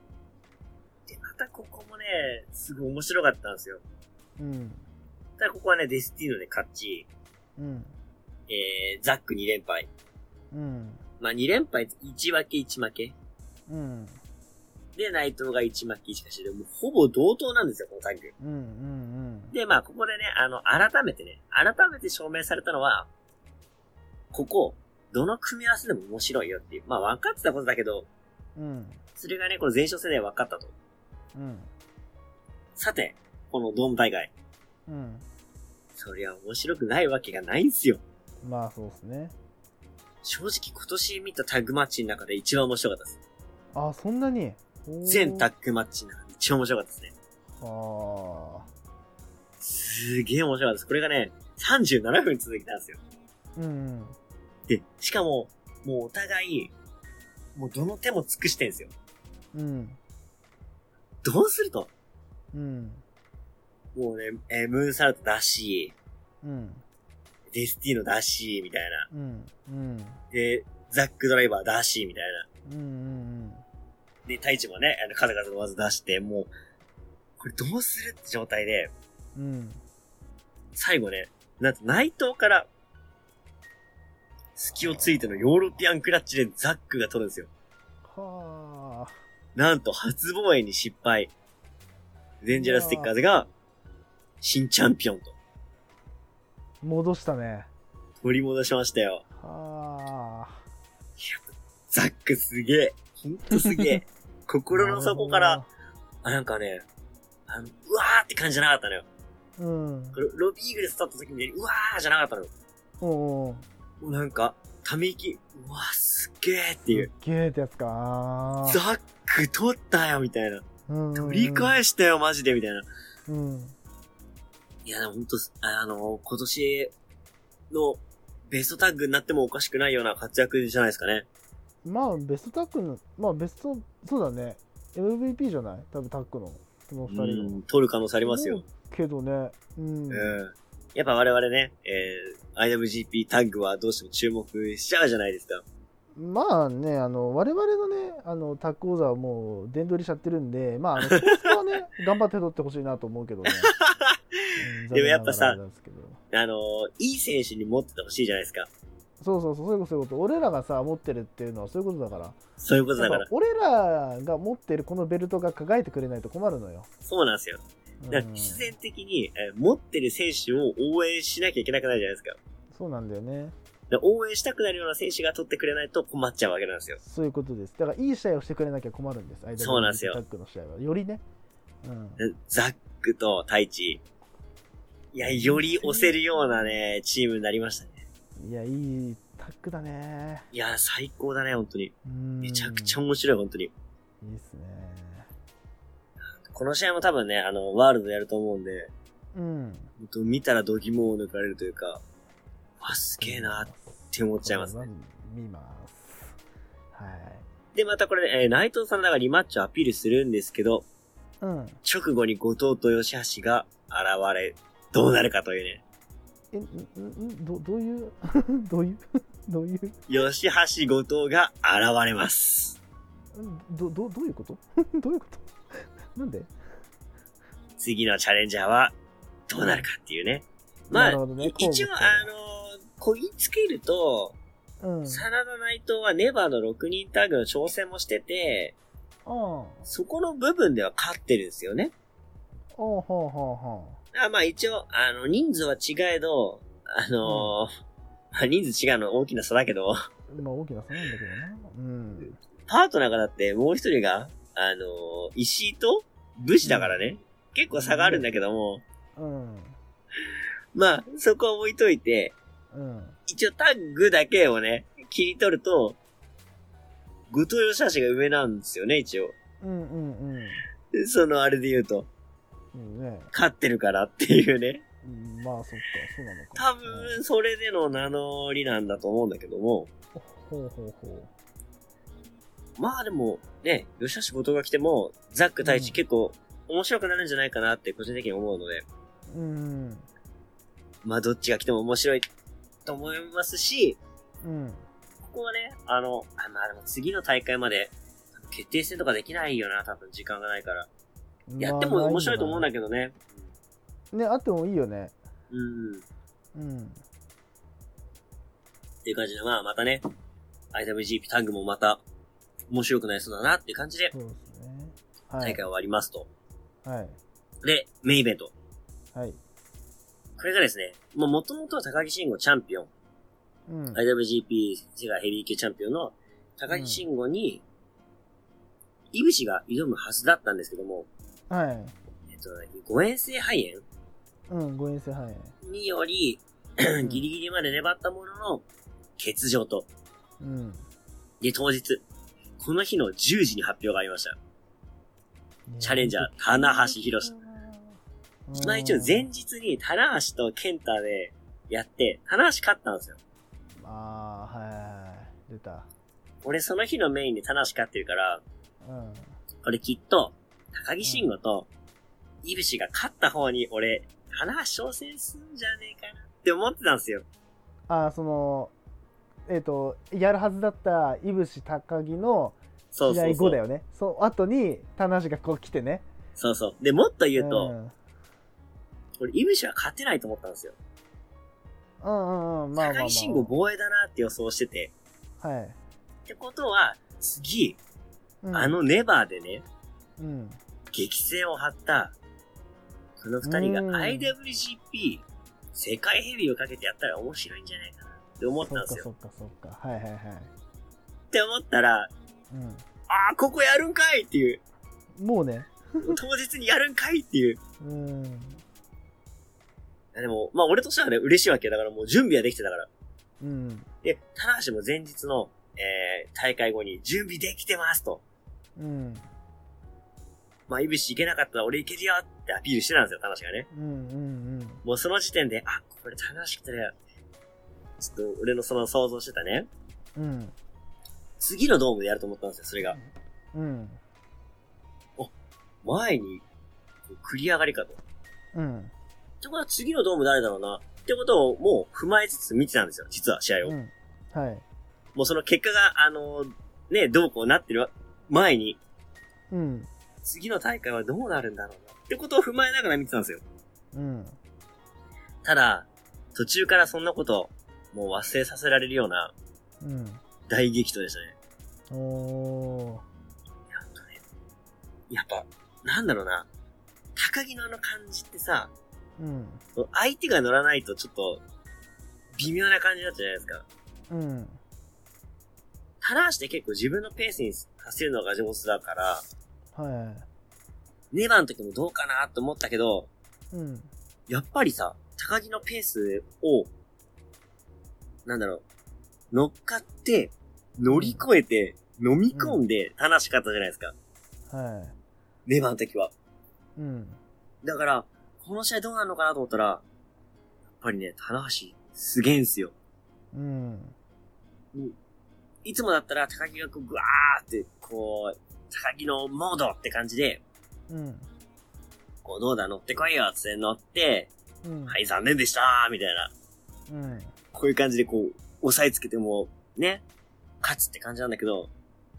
[SPEAKER 1] で、またここもね、すごい面白かったんですよ。
[SPEAKER 2] うん
[SPEAKER 1] ただここはね、デスティーノで勝ち、
[SPEAKER 2] うん
[SPEAKER 1] えー、ザック2連敗。
[SPEAKER 2] うん
[SPEAKER 1] まあ、2連敗、1分け1負け。
[SPEAKER 2] うん
[SPEAKER 1] で、内藤が1負け1かしで、もうほぼ同等なんですよ、このタッグ。
[SPEAKER 2] うんうん
[SPEAKER 1] で、まあ、ここでね、あの、改めてね、改めて証明されたのは、ここ、どの組み合わせでも面白いよっていう。まあ、分かってたことだけど、
[SPEAKER 2] うんうん
[SPEAKER 1] それがね、この前哨戦で分かったと。
[SPEAKER 2] うん
[SPEAKER 1] さて、このドーム大会。
[SPEAKER 2] うん
[SPEAKER 1] そりゃ面白くないわけがないんすよ。
[SPEAKER 2] まあそうですね
[SPEAKER 1] 正直今年見たタッグマッチの中で一番面白かったです。
[SPEAKER 2] あそんなに
[SPEAKER 1] 全タ
[SPEAKER 2] あ
[SPEAKER 1] ッグマッチの中で一番面白かったですね。
[SPEAKER 2] あー
[SPEAKER 1] すげえ面白かったです。これがね、37分続いたんですよ。
[SPEAKER 2] うん
[SPEAKER 1] で、しかも、もうお互い、もうどの手も尽くしてんすよ。
[SPEAKER 2] うん
[SPEAKER 1] どうすると
[SPEAKER 2] うん
[SPEAKER 1] もうね、えームーンサルトだし、
[SPEAKER 2] うん
[SPEAKER 1] デスティーノだし、みたいな。
[SPEAKER 2] うんうん
[SPEAKER 1] で、ザックドライバーだし、みたいな。
[SPEAKER 2] うんうん
[SPEAKER 1] で、太一もね、あの、数々の技出して、もう、これどうするって状態で、
[SPEAKER 2] うん
[SPEAKER 1] 最後ね、なんと内藤から、隙をついてのヨーロピアンクラッチでザックが取るんですよ。
[SPEAKER 2] はあ
[SPEAKER 1] なんと初防衛に失敗。デンジャラスティッカーズが、新チャンピオンと
[SPEAKER 2] 戻したね
[SPEAKER 1] 取り戻しましたよ。
[SPEAKER 2] はあ
[SPEAKER 1] ザックすげえ。ほんとすげえ。心の底から、あ、なんかね、あの、うわーって感じじゃなかったのよ。
[SPEAKER 2] うん
[SPEAKER 1] これロビーイーグルス立った時みたいに、うわーじゃなかったのよ。
[SPEAKER 2] おうおう
[SPEAKER 1] もうなんか、ため息、うわーすげえっていう。
[SPEAKER 2] すっげえってやつかあー
[SPEAKER 1] ザック取ったよみたいな。
[SPEAKER 2] うんうんうん
[SPEAKER 1] 取り返したよマジでみたいな。
[SPEAKER 2] うん
[SPEAKER 1] いや、でもほんと、あの、今年のベストタッグになってもおかしくないような活躍じゃないですかね。
[SPEAKER 2] まあベストタッグのまあベストそうだね MVP じゃない多分タックのこの
[SPEAKER 1] う
[SPEAKER 2] 2人の
[SPEAKER 1] ん、取る可能性ありますよ。
[SPEAKER 2] けどねう
[SPEAKER 1] うん。
[SPEAKER 2] ん、
[SPEAKER 1] やっぱ我々ね、えー、IWGP タッグはどうしても注目しちゃうじゃないですか。
[SPEAKER 2] まあねあの我々のねあのタック王座はもう殿取りしちゃってるんでまああのそこそこは ね頑張って取ってほしいなと思うけどね、うん
[SPEAKER 1] でもやっぱさ
[SPEAKER 2] 残念ながらなんですけど
[SPEAKER 1] あのーいい選手に持っててほしいじゃないですか。
[SPEAKER 2] そうそうそうそういうことそういうこと俺らがさ持ってるっていうのはそういうことだから
[SPEAKER 1] そういうことだか
[SPEAKER 2] や
[SPEAKER 1] ら
[SPEAKER 2] っぱ。俺らが持ってるこのベルトが輝いてくれないと困るのよ、
[SPEAKER 1] そうなんですよ。
[SPEAKER 2] うん
[SPEAKER 1] だから必然的に、えー持ってる選手を応援しなきゃいけなくなるじゃないですか。だか
[SPEAKER 2] そうなんだよね
[SPEAKER 1] ら応援したくなるような選手が取ってくれないと困っちゃうわけなんですよ。
[SPEAKER 2] そういうことですだからいい試合をしてくれなきゃ困るんです間
[SPEAKER 1] そうなんですよ
[SPEAKER 2] タッグの試合はよりね、うん、
[SPEAKER 1] うんザックとタイチ。いや、より押せるようなね、チームになりましたね。
[SPEAKER 2] いや、いいタッグだね。
[SPEAKER 1] いや、最高だね、本当に。め
[SPEAKER 2] め
[SPEAKER 1] ちゃくちゃ面白い、本当に。
[SPEAKER 2] いいっすね。
[SPEAKER 1] この試合も多分ね、あの、ワールドでやると思うんで、
[SPEAKER 2] うん。
[SPEAKER 1] 本当見たら度肝を抜かれるというか、わ、すげえなって思っちゃいますね。
[SPEAKER 2] 見ます。はい。
[SPEAKER 1] で、またこれ、えー内藤さんらがリマッチをアピールするんですけど、
[SPEAKER 2] うん。
[SPEAKER 1] 直後に後藤と吉橋が現れ、どうなるかというね。
[SPEAKER 2] え、んんんどどういう どういうどういう
[SPEAKER 1] 吉橋後藤が現れます。
[SPEAKER 2] んどどどういうこと どういうことなんで
[SPEAKER 1] 次のチャレンジャーは、どうなるかっていうね。
[SPEAKER 2] な
[SPEAKER 1] ま
[SPEAKER 2] る
[SPEAKER 1] あ、
[SPEAKER 2] ほどね
[SPEAKER 1] い
[SPEAKER 2] こう
[SPEAKER 1] 一応、
[SPEAKER 2] 思った
[SPEAKER 1] あのーこぎつけると、
[SPEAKER 2] うん。
[SPEAKER 1] 真田内藤はネバーの6人タッグの挑戦もしてて、
[SPEAKER 2] ああ。あ
[SPEAKER 1] そこの部分では勝ってるんですよね。
[SPEAKER 2] あ、はあはあは
[SPEAKER 1] あまあ一応、あの、人数は違えど、あのー人数違うの大きな差だけど、
[SPEAKER 2] あ。まあ大きな差なんだけどな。うん。
[SPEAKER 1] パートナーがだってもう一人が、あのー石井と武士だからね、結構差があるんだけども、
[SPEAKER 2] うん。
[SPEAKER 1] まあ、そこは置いといて、
[SPEAKER 2] うん。
[SPEAKER 1] 一応タッグだけをね、切り取ると、後藤義橋が上なんですよね、一応。
[SPEAKER 2] うんうんうん。
[SPEAKER 1] そのあれで言うと、
[SPEAKER 2] うんね。
[SPEAKER 1] 勝ってるからっていうね。
[SPEAKER 2] うんまあそっか、そうなのか。
[SPEAKER 1] 多
[SPEAKER 2] うん
[SPEAKER 1] 分、それでの名乗りなんだと思うんだけども、
[SPEAKER 2] ほうほうほ
[SPEAKER 1] まあでも、ね、吉橋後藤が来ても、ザック対
[SPEAKER 2] う
[SPEAKER 1] 一
[SPEAKER 2] ん
[SPEAKER 1] 結構面白くなるんじゃないかなって個人的に思うので、
[SPEAKER 2] う。うん。
[SPEAKER 1] まあどっちが来ても面白いと思いますし、
[SPEAKER 2] うん。
[SPEAKER 1] ここはね、あの、あまあでも次の大会まで決定戦とかできないよな、多分時間がないから。やっても面白いと思うんだ
[SPEAKER 2] け
[SPEAKER 1] けどね。
[SPEAKER 2] ど。ね、あってもいいよね。
[SPEAKER 1] うん。
[SPEAKER 2] うん。
[SPEAKER 1] っていう感じで、まあまたね、IWGP タッグもまた面白くなりそうだなっていう感じで、
[SPEAKER 2] そうですね。は
[SPEAKER 1] 大
[SPEAKER 2] い
[SPEAKER 1] 会。終わりますと。
[SPEAKER 2] はい。
[SPEAKER 1] で、メインイベント。
[SPEAKER 2] はい。
[SPEAKER 1] これがですね、もう元々は高木慎吾チャンピオン、
[SPEAKER 2] うん。
[SPEAKER 1] IWGP 世界ヘビー級チャンピオンの高木慎吾に、イブシが挑むはずだったんですけども、
[SPEAKER 2] はい。
[SPEAKER 1] えっと、誤嚥性肺
[SPEAKER 2] うん、ご遠征、はい。
[SPEAKER 1] 炎により、
[SPEAKER 2] ん
[SPEAKER 1] ギリギリまで粘ったものの、欠場と。
[SPEAKER 2] うん。
[SPEAKER 1] で、当日、この日の10時に発表がありました。チャレンジャー、棚橋宏。
[SPEAKER 2] うん
[SPEAKER 1] まあ一応前日に棚橋とケンタでやって、棚橋勝ったんですよ。
[SPEAKER 2] ああ、はい。出た。
[SPEAKER 1] 俺その日のメインで棚橋勝ってるから、
[SPEAKER 2] うん。
[SPEAKER 1] これきっと、高木慎吾と、イブシが勝った方に俺、棚橋挑戦すんじゃねえかなって思ってたんですよ。
[SPEAKER 2] ああ、その、えっと、やるはずだった、いぶし高木の
[SPEAKER 1] そう
[SPEAKER 2] 試
[SPEAKER 1] そう
[SPEAKER 2] 合
[SPEAKER 1] そ
[SPEAKER 2] 後
[SPEAKER 1] う。
[SPEAKER 2] だよね。そう、後に、棚橋がこう来てね。
[SPEAKER 1] そうそう。で、もっと言うと、
[SPEAKER 2] ん
[SPEAKER 1] 俺、イブシは勝てないと思ったんですよ。
[SPEAKER 2] うんうんうん、まあまあまあ。
[SPEAKER 1] 高木慎吾防衛だなって予想してて。
[SPEAKER 2] はい。
[SPEAKER 1] ってことは、次、
[SPEAKER 2] うん
[SPEAKER 1] あ、のネバーでね、
[SPEAKER 2] うん。
[SPEAKER 1] 激戦を張った、この二人が
[SPEAKER 2] うん
[SPEAKER 1] IWGP 世界ヘビーをかけてやったら面白いんじゃないかなって思ったんですよ。
[SPEAKER 2] そっかそっかそっか。はいはいはい。
[SPEAKER 1] って思ったら、ああ、ここやるんかいっていう、
[SPEAKER 2] うん。もうね。
[SPEAKER 1] 当日にやるんかいっていう。
[SPEAKER 2] うん。
[SPEAKER 1] いやでも、まあ俺としてはね、嬉しいわけよだからもう準備はできてたから。
[SPEAKER 2] うん。
[SPEAKER 1] で、棚橋も前日の、えー、大会後に準備できてますと。
[SPEAKER 2] うん。
[SPEAKER 1] まあ、いぶし行けなかったら俺行けるよってアピールしてたんですよ、棚橋がね。
[SPEAKER 2] うんうんうん。
[SPEAKER 1] もうその時点で、あ、これ棚橋来たら、ちょっと俺のその想像してたね、
[SPEAKER 2] うん。
[SPEAKER 1] 次のドームでやると思ったんですよ、それが。
[SPEAKER 2] うん。
[SPEAKER 1] 前に、こう繰り上がりかと。っ
[SPEAKER 2] うん。
[SPEAKER 1] てことは次のドーム誰だろうな。ってことをもう踏まえつつ見てたんですよ、実は試合を。
[SPEAKER 2] うん。はい。
[SPEAKER 1] もうその結果が、あのね、どうこうなってる前に、
[SPEAKER 2] うん。
[SPEAKER 1] 次の大会はどうなるんだろうな。ってことを踏まえながら見てたんですよ。
[SPEAKER 2] うん。
[SPEAKER 1] ただ、途中からそんなこと、もう忘れさせられるような大激闘でしたね。
[SPEAKER 2] うん。おー。
[SPEAKER 1] やっぱ、なんだろうな。高木のあの感じってさ、
[SPEAKER 2] うん。
[SPEAKER 1] 相手が乗らないとちょっと、微妙な感じだったじゃないですか。
[SPEAKER 2] うん。
[SPEAKER 1] 棚橋って結構自分のペースにさせるのが上手だから、
[SPEAKER 2] は
[SPEAKER 1] ネバの時もどうかなと思ったけど、
[SPEAKER 2] い。うん。
[SPEAKER 1] やっぱりさ、高木のペースを、なんだろう、乗っかって、乗り越えて、飲み込んで、棚橋勝ったじゃないですか。
[SPEAKER 2] は
[SPEAKER 1] ネバの時は。
[SPEAKER 2] い。うん。
[SPEAKER 1] だから、この試合どうなるのかなと思ったら、やっぱりね、棚橋、すげえんすよ。
[SPEAKER 2] うん。
[SPEAKER 1] いつもだったら高木がこう、ぐわーって、こう、高木のモードって感じで、
[SPEAKER 2] うん。
[SPEAKER 1] こう、どうだ、乗ってこいよっつって乗って、
[SPEAKER 2] うん。
[SPEAKER 1] はい、残念でしたーみたいな。
[SPEAKER 2] うん。
[SPEAKER 1] こういう感じでこう、押さえつけても、ね、勝つって感じなんだけど、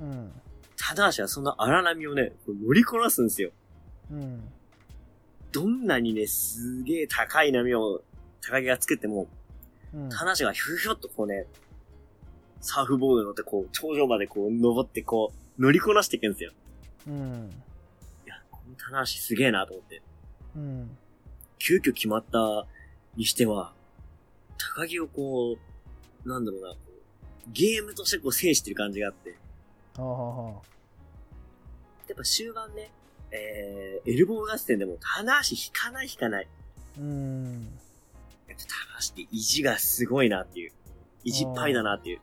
[SPEAKER 2] うん。
[SPEAKER 1] 棚橋はその荒波をね、こう乗りこなすんですよ。
[SPEAKER 2] うん。
[SPEAKER 1] どんなにね、すげえ高い波を高木が作っても、
[SPEAKER 2] うん。
[SPEAKER 1] 棚橋がひょひょっとこうね、サーフボードに乗ってこう、頂上までこう、登ってこう、乗りこなしていくんですよ。
[SPEAKER 2] うん。
[SPEAKER 1] いや、この棚橋すげえなと思って。
[SPEAKER 2] うん。
[SPEAKER 1] 急遽決まったにしては、高木をこう、なんだろうな、こうゲームとしてこう制してる感じがあって、
[SPEAKER 2] はあはあはあ。
[SPEAKER 1] やっぱ終盤ね、えー、エルボー合戦でも棚足引かない引かない。
[SPEAKER 2] うん。
[SPEAKER 1] やっぱ棚足って意地がすごいなっていう。意地っぱりだなっていう。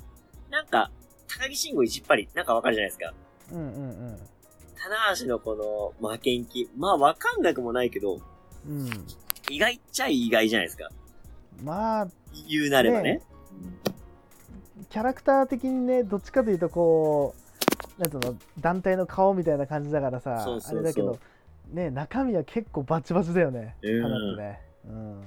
[SPEAKER 1] なんか、高木慎吾意地っぱり、なんかわかるじゃないですか。
[SPEAKER 2] うんうん
[SPEAKER 1] 棚足のこの負けん気。まあわかんなくもないけど、
[SPEAKER 2] うん。うん。
[SPEAKER 1] 意外っちゃ意外じゃないですか。
[SPEAKER 2] まあ、
[SPEAKER 1] 言うなればね
[SPEAKER 2] ねキャラクター的にね、どっちかというとこう、なんつうの、団体の顔みたいな感じだからさ、
[SPEAKER 1] そうそうそう
[SPEAKER 2] あれだけど、ね、中身は結構バチバチだよね、
[SPEAKER 1] うん
[SPEAKER 2] 花ってね。うん。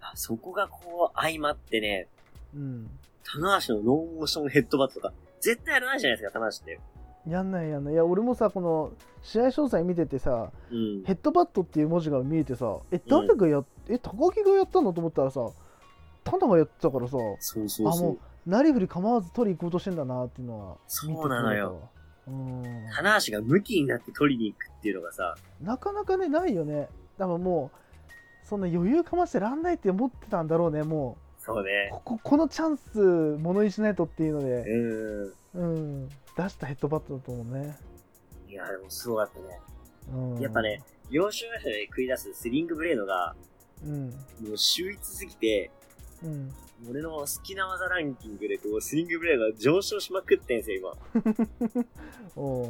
[SPEAKER 1] あそこがこう相まってね、
[SPEAKER 2] うん。
[SPEAKER 1] 棚橋のノーモーションヘッドバットとか、絶対やらないじゃないですか、棚橋って。
[SPEAKER 2] やんないやんない。いや、俺もさ、この試合詳細見ててさ、
[SPEAKER 1] うん。
[SPEAKER 2] ヘッドバットっていう文字が見えてさ、え、誰がやっ、え、高木がやったのと思ったらさ、タナがやってたからさ、
[SPEAKER 1] そうそう
[SPEAKER 2] あ
[SPEAKER 1] そ
[SPEAKER 2] も
[SPEAKER 1] う
[SPEAKER 2] う。なりふり構わず取りに行こうとしてんだなっていうのは見て
[SPEAKER 1] そうなのよ
[SPEAKER 2] 取れたわ。
[SPEAKER 1] 棚橋が向きになって取りに行くっていうのがさ、
[SPEAKER 2] うん。なかなかね、ないよね。多分もう、そんな余裕かましてらんないって思ってたんだろうね、も
[SPEAKER 1] そう
[SPEAKER 2] う。
[SPEAKER 1] ね。
[SPEAKER 2] こここのチャンス、ものにしないとっていうので、
[SPEAKER 1] う
[SPEAKER 2] うん、出したヘッドバットだと思うね。
[SPEAKER 1] ん。いや、でもすごかったね。
[SPEAKER 2] うん、
[SPEAKER 1] やっぱね、要所要所で繰り出すスリングブレードが、
[SPEAKER 2] うん、
[SPEAKER 1] もう秀逸すぎて、
[SPEAKER 2] うん、
[SPEAKER 1] 俺の好きな技ランキングでこう、スリングブレードが上昇しまくってんすよ、今。
[SPEAKER 2] おう、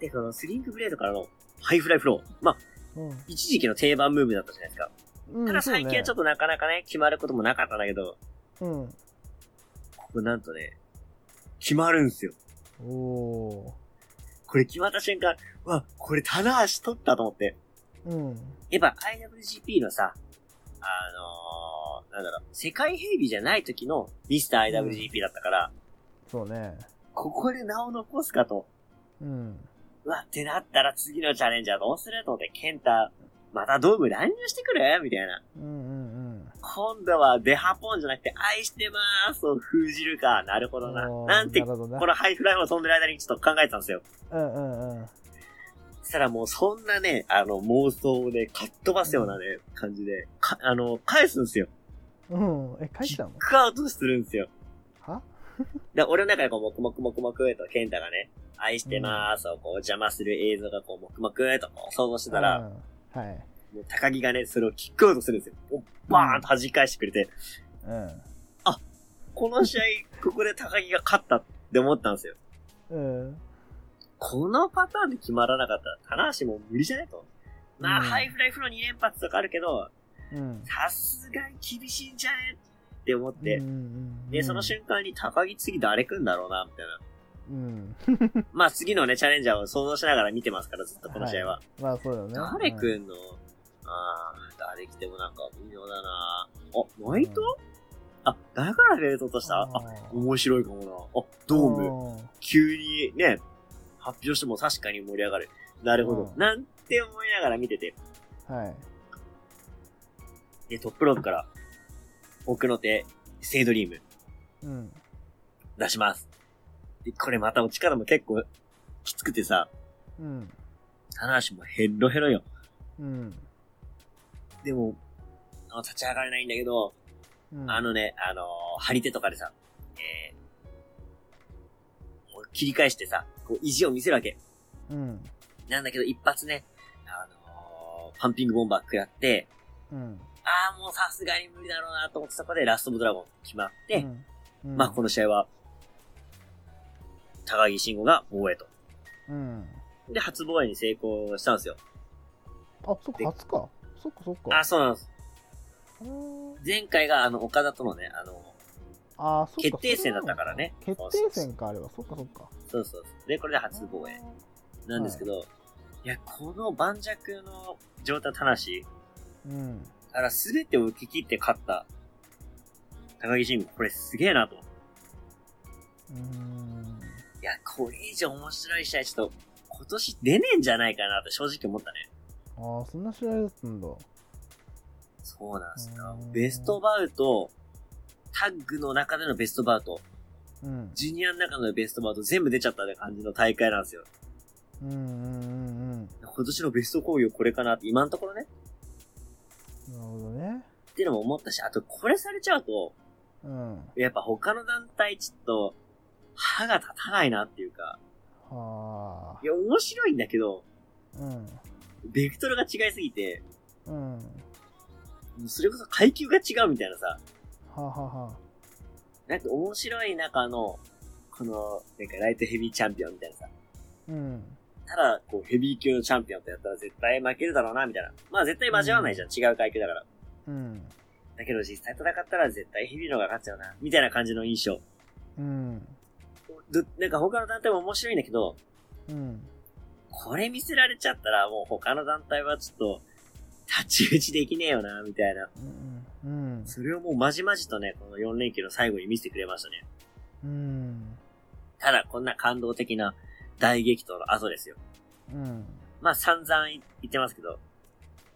[SPEAKER 1] で、このスリングブレードからのハイフライフロー。まあ、
[SPEAKER 2] うん
[SPEAKER 1] 一時期の定番ムーブだったじゃないですか。
[SPEAKER 2] うん、
[SPEAKER 1] ただ最近はちょっ
[SPEAKER 2] っ
[SPEAKER 1] となかなかね、決まることもなかったんだけど、
[SPEAKER 2] と、うん、
[SPEAKER 1] ここなんとね、決まるんすよ。
[SPEAKER 2] おう、
[SPEAKER 1] これ決まった瞬間、うわ、これ棚橋取ったと思って。
[SPEAKER 2] うん、
[SPEAKER 1] やっぱ IWGP のさ、あのー、なんだろう、世界ヘビーじゃない時のミスター IWGP だったから、
[SPEAKER 2] そうね、
[SPEAKER 1] ここで名を残すかと。
[SPEAKER 2] うん、
[SPEAKER 1] うわ、ってなったら次のチャレンジャーどうすると思って、ケンタ、またドーム乱入してくるみたいな。
[SPEAKER 2] うん、うん、
[SPEAKER 1] 今度はデハポンじゃなくて愛してまーすを封じるか。なるほ
[SPEAKER 2] う
[SPEAKER 1] ど
[SPEAKER 2] ん。
[SPEAKER 1] な。
[SPEAKER 2] おう
[SPEAKER 1] なんて
[SPEAKER 2] な、るほどな
[SPEAKER 1] このハイフライを飛んでる間にちょっと考えてたんですよ。
[SPEAKER 2] うん、うん、うん。
[SPEAKER 1] そしたらもうそんなね、あの妄想をね、かっ飛ばすようなね、感じで、か、あの、返すんですよ。
[SPEAKER 2] うん。え、帰っ
[SPEAKER 1] キ
[SPEAKER 2] た
[SPEAKER 1] ッ
[SPEAKER 2] の
[SPEAKER 1] クアウトするんですよ。
[SPEAKER 2] は
[SPEAKER 1] で、俺の中でこう、もくもくもくもくえと、ケンタがね、愛してまーすをこう、邪魔する映像がこう、もくもくえとこう想像してたら、
[SPEAKER 2] うん、はい。
[SPEAKER 1] もう高木がね、それをキックアウトするんですよ。おバーンと弾き返してくれて、この試合、ここで高木が勝ったって思ったんですよ。
[SPEAKER 2] うん。うん。
[SPEAKER 1] このパターンで決まらなかったら、棚橋も無理じゃないと。まあ、
[SPEAKER 2] うん
[SPEAKER 1] ハイフライフロー2連発とかあるけど、
[SPEAKER 2] うん。
[SPEAKER 1] さすがに厳しいんじゃねって思って、
[SPEAKER 2] うんうんうん
[SPEAKER 1] で、その瞬間に高木次誰来んだろうな、みたいな。
[SPEAKER 2] うん。
[SPEAKER 1] まあ次のね、チャレンジャーを想像しながら見てますから、ずっとこの試合は。
[SPEAKER 2] まあそうだよね。
[SPEAKER 1] 誰
[SPEAKER 2] うん
[SPEAKER 1] くんの、あー、誰来てもなんか微妙だなあ、ナイト、あ、だからベルトとしたあ面白いかもなあ、ドーム。
[SPEAKER 2] ム。
[SPEAKER 1] 急にね、発表しても確かに盛り上がる。なるほど。
[SPEAKER 2] うん
[SPEAKER 1] なんて思いながら見てて、
[SPEAKER 2] はい。
[SPEAKER 1] でトップロープから、奥の手、セイドリーム
[SPEAKER 2] うん。
[SPEAKER 1] 出します。で、これまた落ち方も結構きつくてさ、
[SPEAKER 2] うん。
[SPEAKER 1] 棚橋もヘロヘロよ。
[SPEAKER 2] うん。
[SPEAKER 1] でも、あの立ち上がれないんだけど、
[SPEAKER 2] うん
[SPEAKER 1] あ、のね、あのー張り手とかでさ、えー、こう切り返してさ、こう意地を見せるわけ。
[SPEAKER 2] うん。
[SPEAKER 1] なんだけど一発ね、あのーパンピングボンバー食らって、
[SPEAKER 2] うん。
[SPEAKER 1] ああ、もうさすがに無理だろうなと思ってそこでラストオブドラゴン決まって、
[SPEAKER 2] うん、うん
[SPEAKER 1] まあこの試合は、高木慎吾が防衛と。
[SPEAKER 2] うん。
[SPEAKER 1] で、初防衛に成功したんですよ。
[SPEAKER 2] あ、そっ
[SPEAKER 1] で
[SPEAKER 2] か、初か。そっか、そっか。
[SPEAKER 1] あ、そうなんです。
[SPEAKER 2] あー
[SPEAKER 1] 前回があの、岡田とのね、あの、
[SPEAKER 2] あー、そっか。
[SPEAKER 1] 決定戦だったからね
[SPEAKER 2] 決定戦か、あれは。そっか、そっか。
[SPEAKER 1] そうそうそう。で、これで初防衛。なんですけど、い、や、この盤石の状態たなし、
[SPEAKER 2] うん。
[SPEAKER 1] から全てを受け切って勝った、高木慎吾、これすげえなと。
[SPEAKER 2] うーん。
[SPEAKER 1] いや、これ以上面白い試合、ちょっと、今年出ねえんじゃないかなって正直思ったね。
[SPEAKER 2] ああ、そんな試合だったんだ。
[SPEAKER 1] そうなんですよ
[SPEAKER 2] う。ん
[SPEAKER 1] ベストバウト、タッグの中でのベストバウト、
[SPEAKER 2] うん。
[SPEAKER 1] ジュニアの中のベストバウト全部出ちゃったって感じの大会なんですよ。
[SPEAKER 2] うんうんうん
[SPEAKER 1] 今年のベスト工業これかなって今のところね。
[SPEAKER 2] うん。なるほどね。
[SPEAKER 1] っていうのも思ったし、あとこれされちゃうと、
[SPEAKER 2] うん。
[SPEAKER 1] やっぱ他の団体ちょっと、歯が立たないなっていうか、
[SPEAKER 2] はあ
[SPEAKER 1] い。や、面白いんだけど、
[SPEAKER 2] うん。
[SPEAKER 1] ベクトルが違いすぎて、
[SPEAKER 2] うん。は
[SPEAKER 1] もうそれこそ階級が違うみたいなさ、
[SPEAKER 2] あはあは
[SPEAKER 1] なんか面白い中の、この、なんかライトヘビーチャンピオンみたいなさ、
[SPEAKER 2] あ。うん。
[SPEAKER 1] ただ、こうヘビー級のチャンピオンとやったら絶対負けるだろうな、みたいな。まあ絶対交わないじゃん、違う階級だから。
[SPEAKER 2] うん。
[SPEAKER 1] だけど実際戦ったら絶対ヘビーの方が勝つよな、みたいな感じの印象。
[SPEAKER 2] うん。
[SPEAKER 1] どなんか他の団体も面白いんだけど、
[SPEAKER 2] うん。
[SPEAKER 1] これ見せられちゃったらもう他の団体はちょっと、立ち打ちできねえよな、みたいな。
[SPEAKER 2] うん。うん。
[SPEAKER 1] それをもうまじまじとね、この4連休の最後に見せてくれましたね。
[SPEAKER 2] うん。
[SPEAKER 1] ただ、こんな感動的な大激闘の後ですよ。
[SPEAKER 2] うん。
[SPEAKER 1] まあ散々言ってますけど、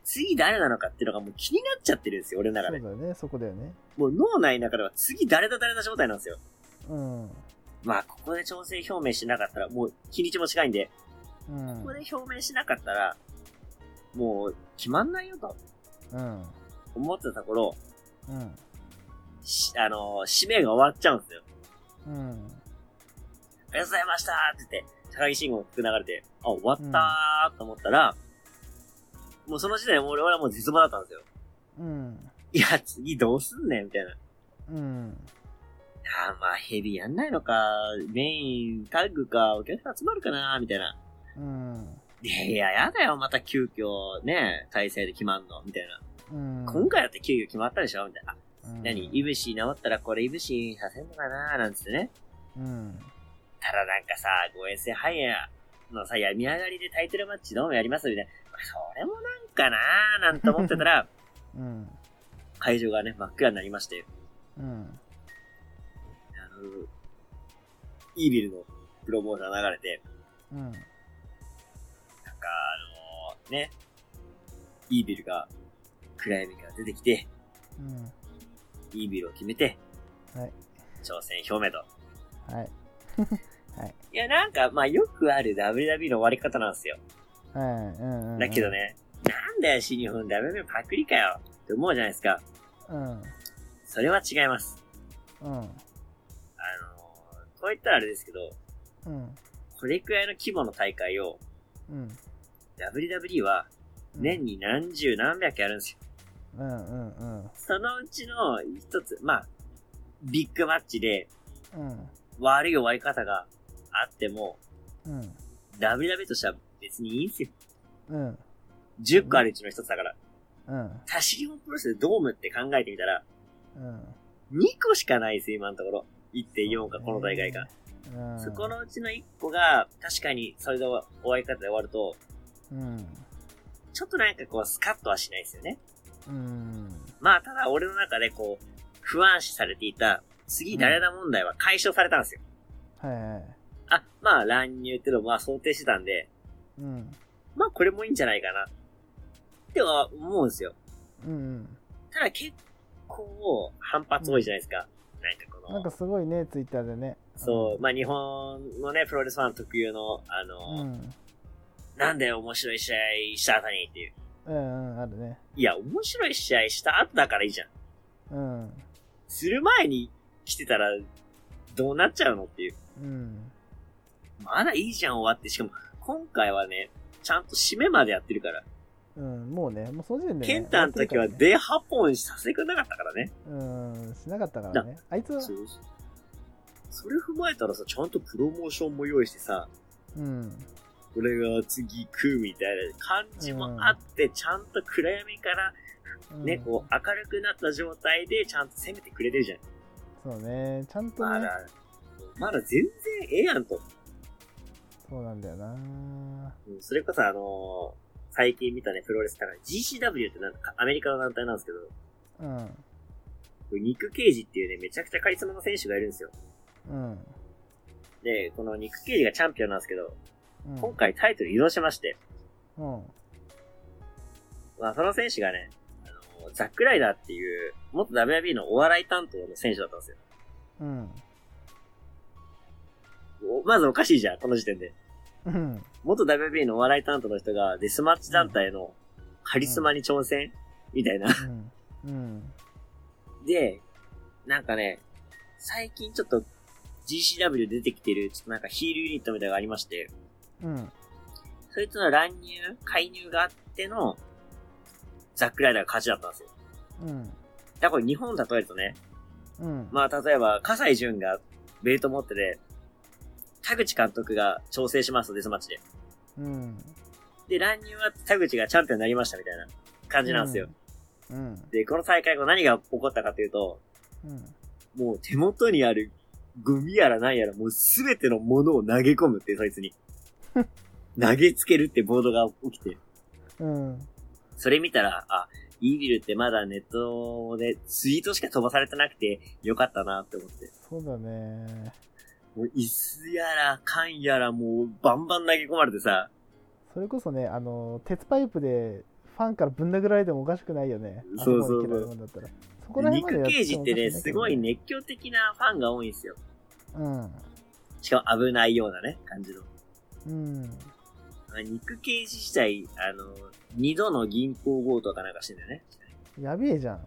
[SPEAKER 1] 次誰なのかっていうのがもう気になっちゃってるんですよ、俺の
[SPEAKER 2] そ
[SPEAKER 1] 中
[SPEAKER 2] うだ
[SPEAKER 1] で。
[SPEAKER 2] よね、そこだよね。
[SPEAKER 1] もう脳内の中では次誰だ誰だ状態なんですよ。
[SPEAKER 2] うん。うん。
[SPEAKER 1] まあ、ここで調整表明しなかったら、もう日にちも近いんで、ここで表明しなかったら、もう決まんないよと
[SPEAKER 2] うん。
[SPEAKER 1] 思ってたところ、
[SPEAKER 2] うん。
[SPEAKER 1] し、あのー、使命が終わっちゃうんですよ。
[SPEAKER 2] うん。
[SPEAKER 1] ありがとうございましたーって言って、高木信号が流れて、あ、終わったーと思ったら、もうその時点で俺はもう絶望だったんですよ。
[SPEAKER 2] うん。
[SPEAKER 1] いや、次どうすんねんみたいな。
[SPEAKER 2] うん。
[SPEAKER 1] あーまあヘビーやんないのか、メイン、タッグか、お客さん集まるかなみたいな。
[SPEAKER 2] うん。
[SPEAKER 1] いやいや、やだよ、また急遽ね、体制で決まんのみたいな。
[SPEAKER 2] うん。
[SPEAKER 1] 今回だって急遽決まったでしょみたいな。あ
[SPEAKER 2] うん、
[SPEAKER 1] 何イブシ治ったらこれイブシさせんのかななんつってね。
[SPEAKER 2] うん。
[SPEAKER 1] ただなんかさ、誤え性肺炎のさ、病み上がりでタイトルマッチどうもやりますみたいな。まあそれもなんかなーなんて思ってた ら、
[SPEAKER 2] うん。
[SPEAKER 1] 会場がね、真っ暗になりまして、
[SPEAKER 2] うん。
[SPEAKER 1] あの、イービルのプロモーションが流れて、
[SPEAKER 2] うん。
[SPEAKER 1] なんかあのね、イービルが暗闇から出てきて、
[SPEAKER 2] うん。
[SPEAKER 1] イービルを決めて、
[SPEAKER 2] はい
[SPEAKER 1] 挑戦表明と。
[SPEAKER 2] はい。
[SPEAKER 1] いや、なんか、まあ、よくある WWE の終わり方なんですよ。
[SPEAKER 2] はい。うん。うん
[SPEAKER 1] だけど。ね、なんだよ、新日本 WWE パクリかよって思うじゃないですか。
[SPEAKER 2] うん。
[SPEAKER 1] それは違います。
[SPEAKER 2] うん。
[SPEAKER 1] あのーこう言ったらあれですけど、
[SPEAKER 2] うん。
[SPEAKER 1] これくらいの規模の大会を、
[SPEAKER 2] うん。
[SPEAKER 1] WWE は年に何十何百やるんですよ。
[SPEAKER 2] うんうんうん
[SPEAKER 1] そのうちの一つ、まあ、ビッグマッチで
[SPEAKER 2] うん
[SPEAKER 1] 悪い終わり方があっても、
[SPEAKER 2] うん
[SPEAKER 1] WWE としては別にいいんですよ。
[SPEAKER 2] うん
[SPEAKER 1] 10個あるうちの一つだから。
[SPEAKER 2] うん
[SPEAKER 1] 多シリモプロレスでドームって考えてみたら、
[SPEAKER 2] うん
[SPEAKER 1] 2個しかないですよ、今のところ。1.4か、この大会が。
[SPEAKER 2] うん
[SPEAKER 1] そこのうちの一個が、確かにそれで終わ終わり方で終わると、
[SPEAKER 2] うん
[SPEAKER 1] ちょっとなんかこう、スカッとはしないですよね。
[SPEAKER 2] うん
[SPEAKER 1] まあ、ただ俺の中でこう、不安視されていた、次誰だ問題は解消されたんですよ。
[SPEAKER 2] はいはい
[SPEAKER 1] あ、まあ、乱入ってのもまあ想定してたんで、
[SPEAKER 2] うん
[SPEAKER 1] まあこれもいいんじゃないかな。っては思うんですよ。
[SPEAKER 2] うん
[SPEAKER 1] ただ結構、反発多いじゃないですか。なんかこ
[SPEAKER 2] なん
[SPEAKER 1] の、
[SPEAKER 2] かすごいねツイッターでね
[SPEAKER 1] そう、まあ日本のね、プロレスファン特有の、あ
[SPEAKER 2] う
[SPEAKER 1] の、
[SPEAKER 2] ん
[SPEAKER 1] なんで面白い試合した後にっていう。
[SPEAKER 2] うんうんあるね
[SPEAKER 1] いや、面白い試合した後だからいいじゃん。
[SPEAKER 2] うん
[SPEAKER 1] する前に来てたら、どうなっちゃうのっていう。
[SPEAKER 2] うん
[SPEAKER 1] まだいいじゃん終わって。しかも、今回はね、ちゃんと締めまでやってるから。
[SPEAKER 2] うんもうねもうその時点でね
[SPEAKER 1] ケンタの時は
[SPEAKER 2] 終わってる
[SPEAKER 1] デハポンさせてくれなかったからね。
[SPEAKER 2] からねうんしなかったからねあいつは
[SPEAKER 1] そうそうそれ踏まえたらさ、ちゃんとプロモーションも用意してさ、
[SPEAKER 2] うん
[SPEAKER 1] 俺が次行くみたいな感じもあって、ちゃんと暗闇からね、
[SPEAKER 2] うん
[SPEAKER 1] こう明るくなった状態でちゃんと攻めてくれてるじゃん。
[SPEAKER 2] そうねちゃんと
[SPEAKER 1] ま
[SPEAKER 2] ね
[SPEAKER 1] だ、まだ全然ええやんと。
[SPEAKER 2] そうなんだよな
[SPEAKER 1] うんそれこそあのー最近見たね、プロレスだから GCW ってなんかアメリカの団体なんですけど、
[SPEAKER 2] うん
[SPEAKER 1] ニック・ケイジっていうね、めちゃくちゃカリスマの選手がいるんですよ。
[SPEAKER 2] うん
[SPEAKER 1] で、このニック・ケイジがチャンピオンなんですけど、
[SPEAKER 2] うん
[SPEAKER 1] 今回タイトル移動しまして、
[SPEAKER 2] うん
[SPEAKER 1] まあ、その選手がね、あの、ザックライダーっていう、元 WB のお笑い担当の選手だったんですよ。
[SPEAKER 2] うん
[SPEAKER 1] おまずおかしいじゃん、この時点で。
[SPEAKER 2] うん
[SPEAKER 1] 元 WB のお笑い担当の人が、デスマッチ団体のカリスマに挑戦、みたいな。
[SPEAKER 2] うんうん
[SPEAKER 1] で、なんかね、最近ちょっと GCW 出てきてる、ちょっとなんかヒールユニットみたいなのがありまして、
[SPEAKER 2] うん
[SPEAKER 1] そいつの乱入、介入があっての、ザックライダーが勝ちだったんですよ。
[SPEAKER 2] うん
[SPEAKER 1] だからこれ日本例えるとね、
[SPEAKER 2] うん
[SPEAKER 1] まあ、例えば、葛西潤がベルト持ってて、田口監督が調整しますと、デスマッチで。
[SPEAKER 2] うん
[SPEAKER 1] で、乱入は田口がチャンピオンになりましたみたいな感じなんですよ。
[SPEAKER 2] うん
[SPEAKER 1] で、この大会後何が起こったかというと、
[SPEAKER 2] うん
[SPEAKER 1] もう手元にあるグミやら何やらもうすべてのものを投げ込むって、そいつ に。投げつけるってボードが起きて。
[SPEAKER 2] うん
[SPEAKER 1] それ見たら、あ、イービルってまだネットでツイートしか飛ばされてなくてよかったなって思って。
[SPEAKER 2] そうだね
[SPEAKER 1] もう椅子やら、缶やら、もうバンバン投げ込まれてさ、
[SPEAKER 2] それこそねあの鉄パイプでファンからぶん殴られてもおかしくないよね
[SPEAKER 1] そうそうそう
[SPEAKER 2] あそこまでいけるもんだったらそこら辺
[SPEAKER 1] ニ
[SPEAKER 2] まで
[SPEAKER 1] ック・ケイジってね、
[SPEAKER 2] やて
[SPEAKER 1] す
[SPEAKER 2] もお
[SPEAKER 1] ご
[SPEAKER 2] かし
[SPEAKER 1] い
[SPEAKER 2] くな
[SPEAKER 1] 熱狂的なファンが多いんですよ。
[SPEAKER 2] けどうん
[SPEAKER 1] しかも危ないようなね、感じの。
[SPEAKER 2] うん
[SPEAKER 1] あニック・ケイジ自体、あの、二度の銀行強盗かなんかしてんだよね。
[SPEAKER 2] やべえじゃん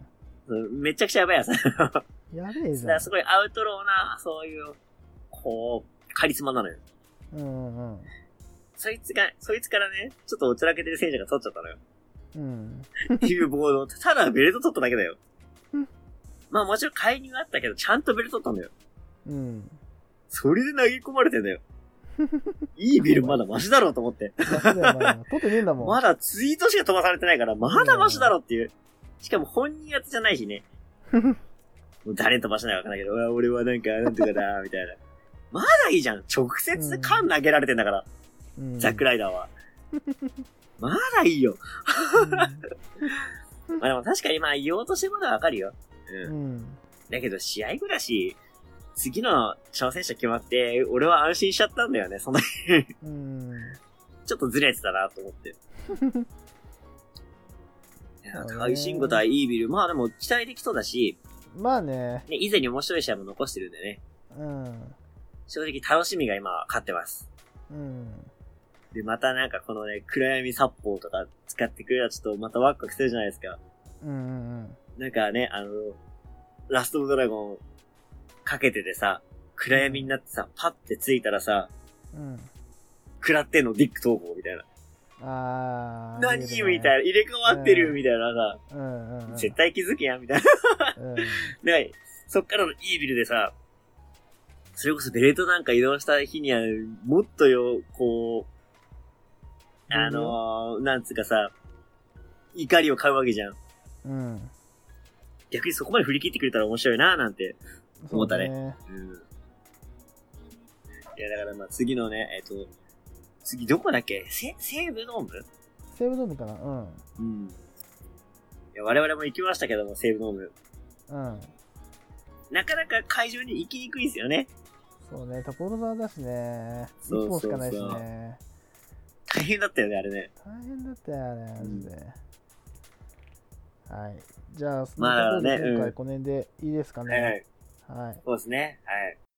[SPEAKER 1] うんめちゃくちゃやばいやつ。 だか
[SPEAKER 2] やべえじゃん
[SPEAKER 1] らすごいアウトローな、そういう、こう、カリスマなのよ。
[SPEAKER 2] うんうん
[SPEAKER 1] そいつが、そいつからね、ちょっとおちゃらけてる選手が取っちゃっ たのよ。
[SPEAKER 2] うん
[SPEAKER 1] っていうボードを、ただベルト取っただけだよ
[SPEAKER 2] うん。
[SPEAKER 1] まあもちろん介入あったけど、ちゃんとベルト取ったんだよ。
[SPEAKER 2] うん
[SPEAKER 1] それで投げ込まれてんだよ。 いいビルまだマシだろうと思って。
[SPEAKER 2] マシだよな取ってねえんだもん
[SPEAKER 1] まだツイートしか飛ばされてないから、まだマシだろうっていう。しかも本人やつじゃないし ね。もう誰に飛ばしないわけないけど、うわ俺はなんか、なんとかだ、みたいな。まだいいじゃん。直接缶投げられてんだから、
[SPEAKER 2] うん
[SPEAKER 1] ザックライダー は。まだいいよ。まあでも確かにまあ言おうとしてることはわかるよ。うん
[SPEAKER 2] う。ん
[SPEAKER 1] だけど試合後だし、次の挑戦者決まって、俺は安心しちゃったんだよね。その、
[SPEAKER 2] うん
[SPEAKER 1] ちょっとずれてたなと思 って。いや
[SPEAKER 2] そうね
[SPEAKER 1] 高木慎吾対イービル、まあでも期待できそうだし、
[SPEAKER 2] まあね
[SPEAKER 1] ね、以前に面白い試合も残してるんでね、
[SPEAKER 2] うん
[SPEAKER 1] 正直楽しみが今勝ってます。
[SPEAKER 2] うん
[SPEAKER 1] で、またなんかこのね、暗闇殺法とか使ってくれたらちょっとまたワクワクするじゃないですか。
[SPEAKER 2] うんうん
[SPEAKER 1] なんかね、あの、ラストオブドラゴンかけててさ、暗闇になってさ、パッてついたらさ、
[SPEAKER 2] うんうん
[SPEAKER 1] 食らってんのディック投稿みたいな。
[SPEAKER 2] あー
[SPEAKER 1] 何
[SPEAKER 2] 見えるね
[SPEAKER 1] みたいな。入れ替わって
[SPEAKER 2] う
[SPEAKER 1] る
[SPEAKER 2] ん
[SPEAKER 1] みたいな
[SPEAKER 2] うんうんう
[SPEAKER 1] さ、
[SPEAKER 2] ん
[SPEAKER 1] 絶対気づけやみたいな。
[SPEAKER 2] うん
[SPEAKER 1] で、そっからのイービルでさ、それこそベレートなんか移動した日には、もっとよ、こう、あのー、なんつうかさ、怒りを買うわけじゃん。
[SPEAKER 2] うん
[SPEAKER 1] 逆にそこまで振り切ってくれたら面白いな、なんて。思ったね
[SPEAKER 2] そうね
[SPEAKER 1] うん。いや、だからまあ次のね、えっ、と、次どこだっけせ西武ドーム
[SPEAKER 2] 西武ドームかなうん
[SPEAKER 1] うん。いや、我々も行きましたけども、西武ドーム。
[SPEAKER 2] うん
[SPEAKER 1] なかなか会場に行きにくいですよね。
[SPEAKER 2] そうね所沢だしね
[SPEAKER 1] そう
[SPEAKER 2] 1本しかないし
[SPEAKER 1] そうそう
[SPEAKER 2] ね
[SPEAKER 1] 大変だったよね、あれね。
[SPEAKER 2] 大変だったよねマジで、はいじゃあその
[SPEAKER 1] まあ
[SPEAKER 2] ところで
[SPEAKER 1] ね
[SPEAKER 2] 今
[SPEAKER 1] う
[SPEAKER 2] 回
[SPEAKER 1] ん
[SPEAKER 2] この辺でいいですか
[SPEAKER 1] はいは
[SPEAKER 2] ね、
[SPEAKER 1] い。
[SPEAKER 2] はい
[SPEAKER 1] そうですね。はい。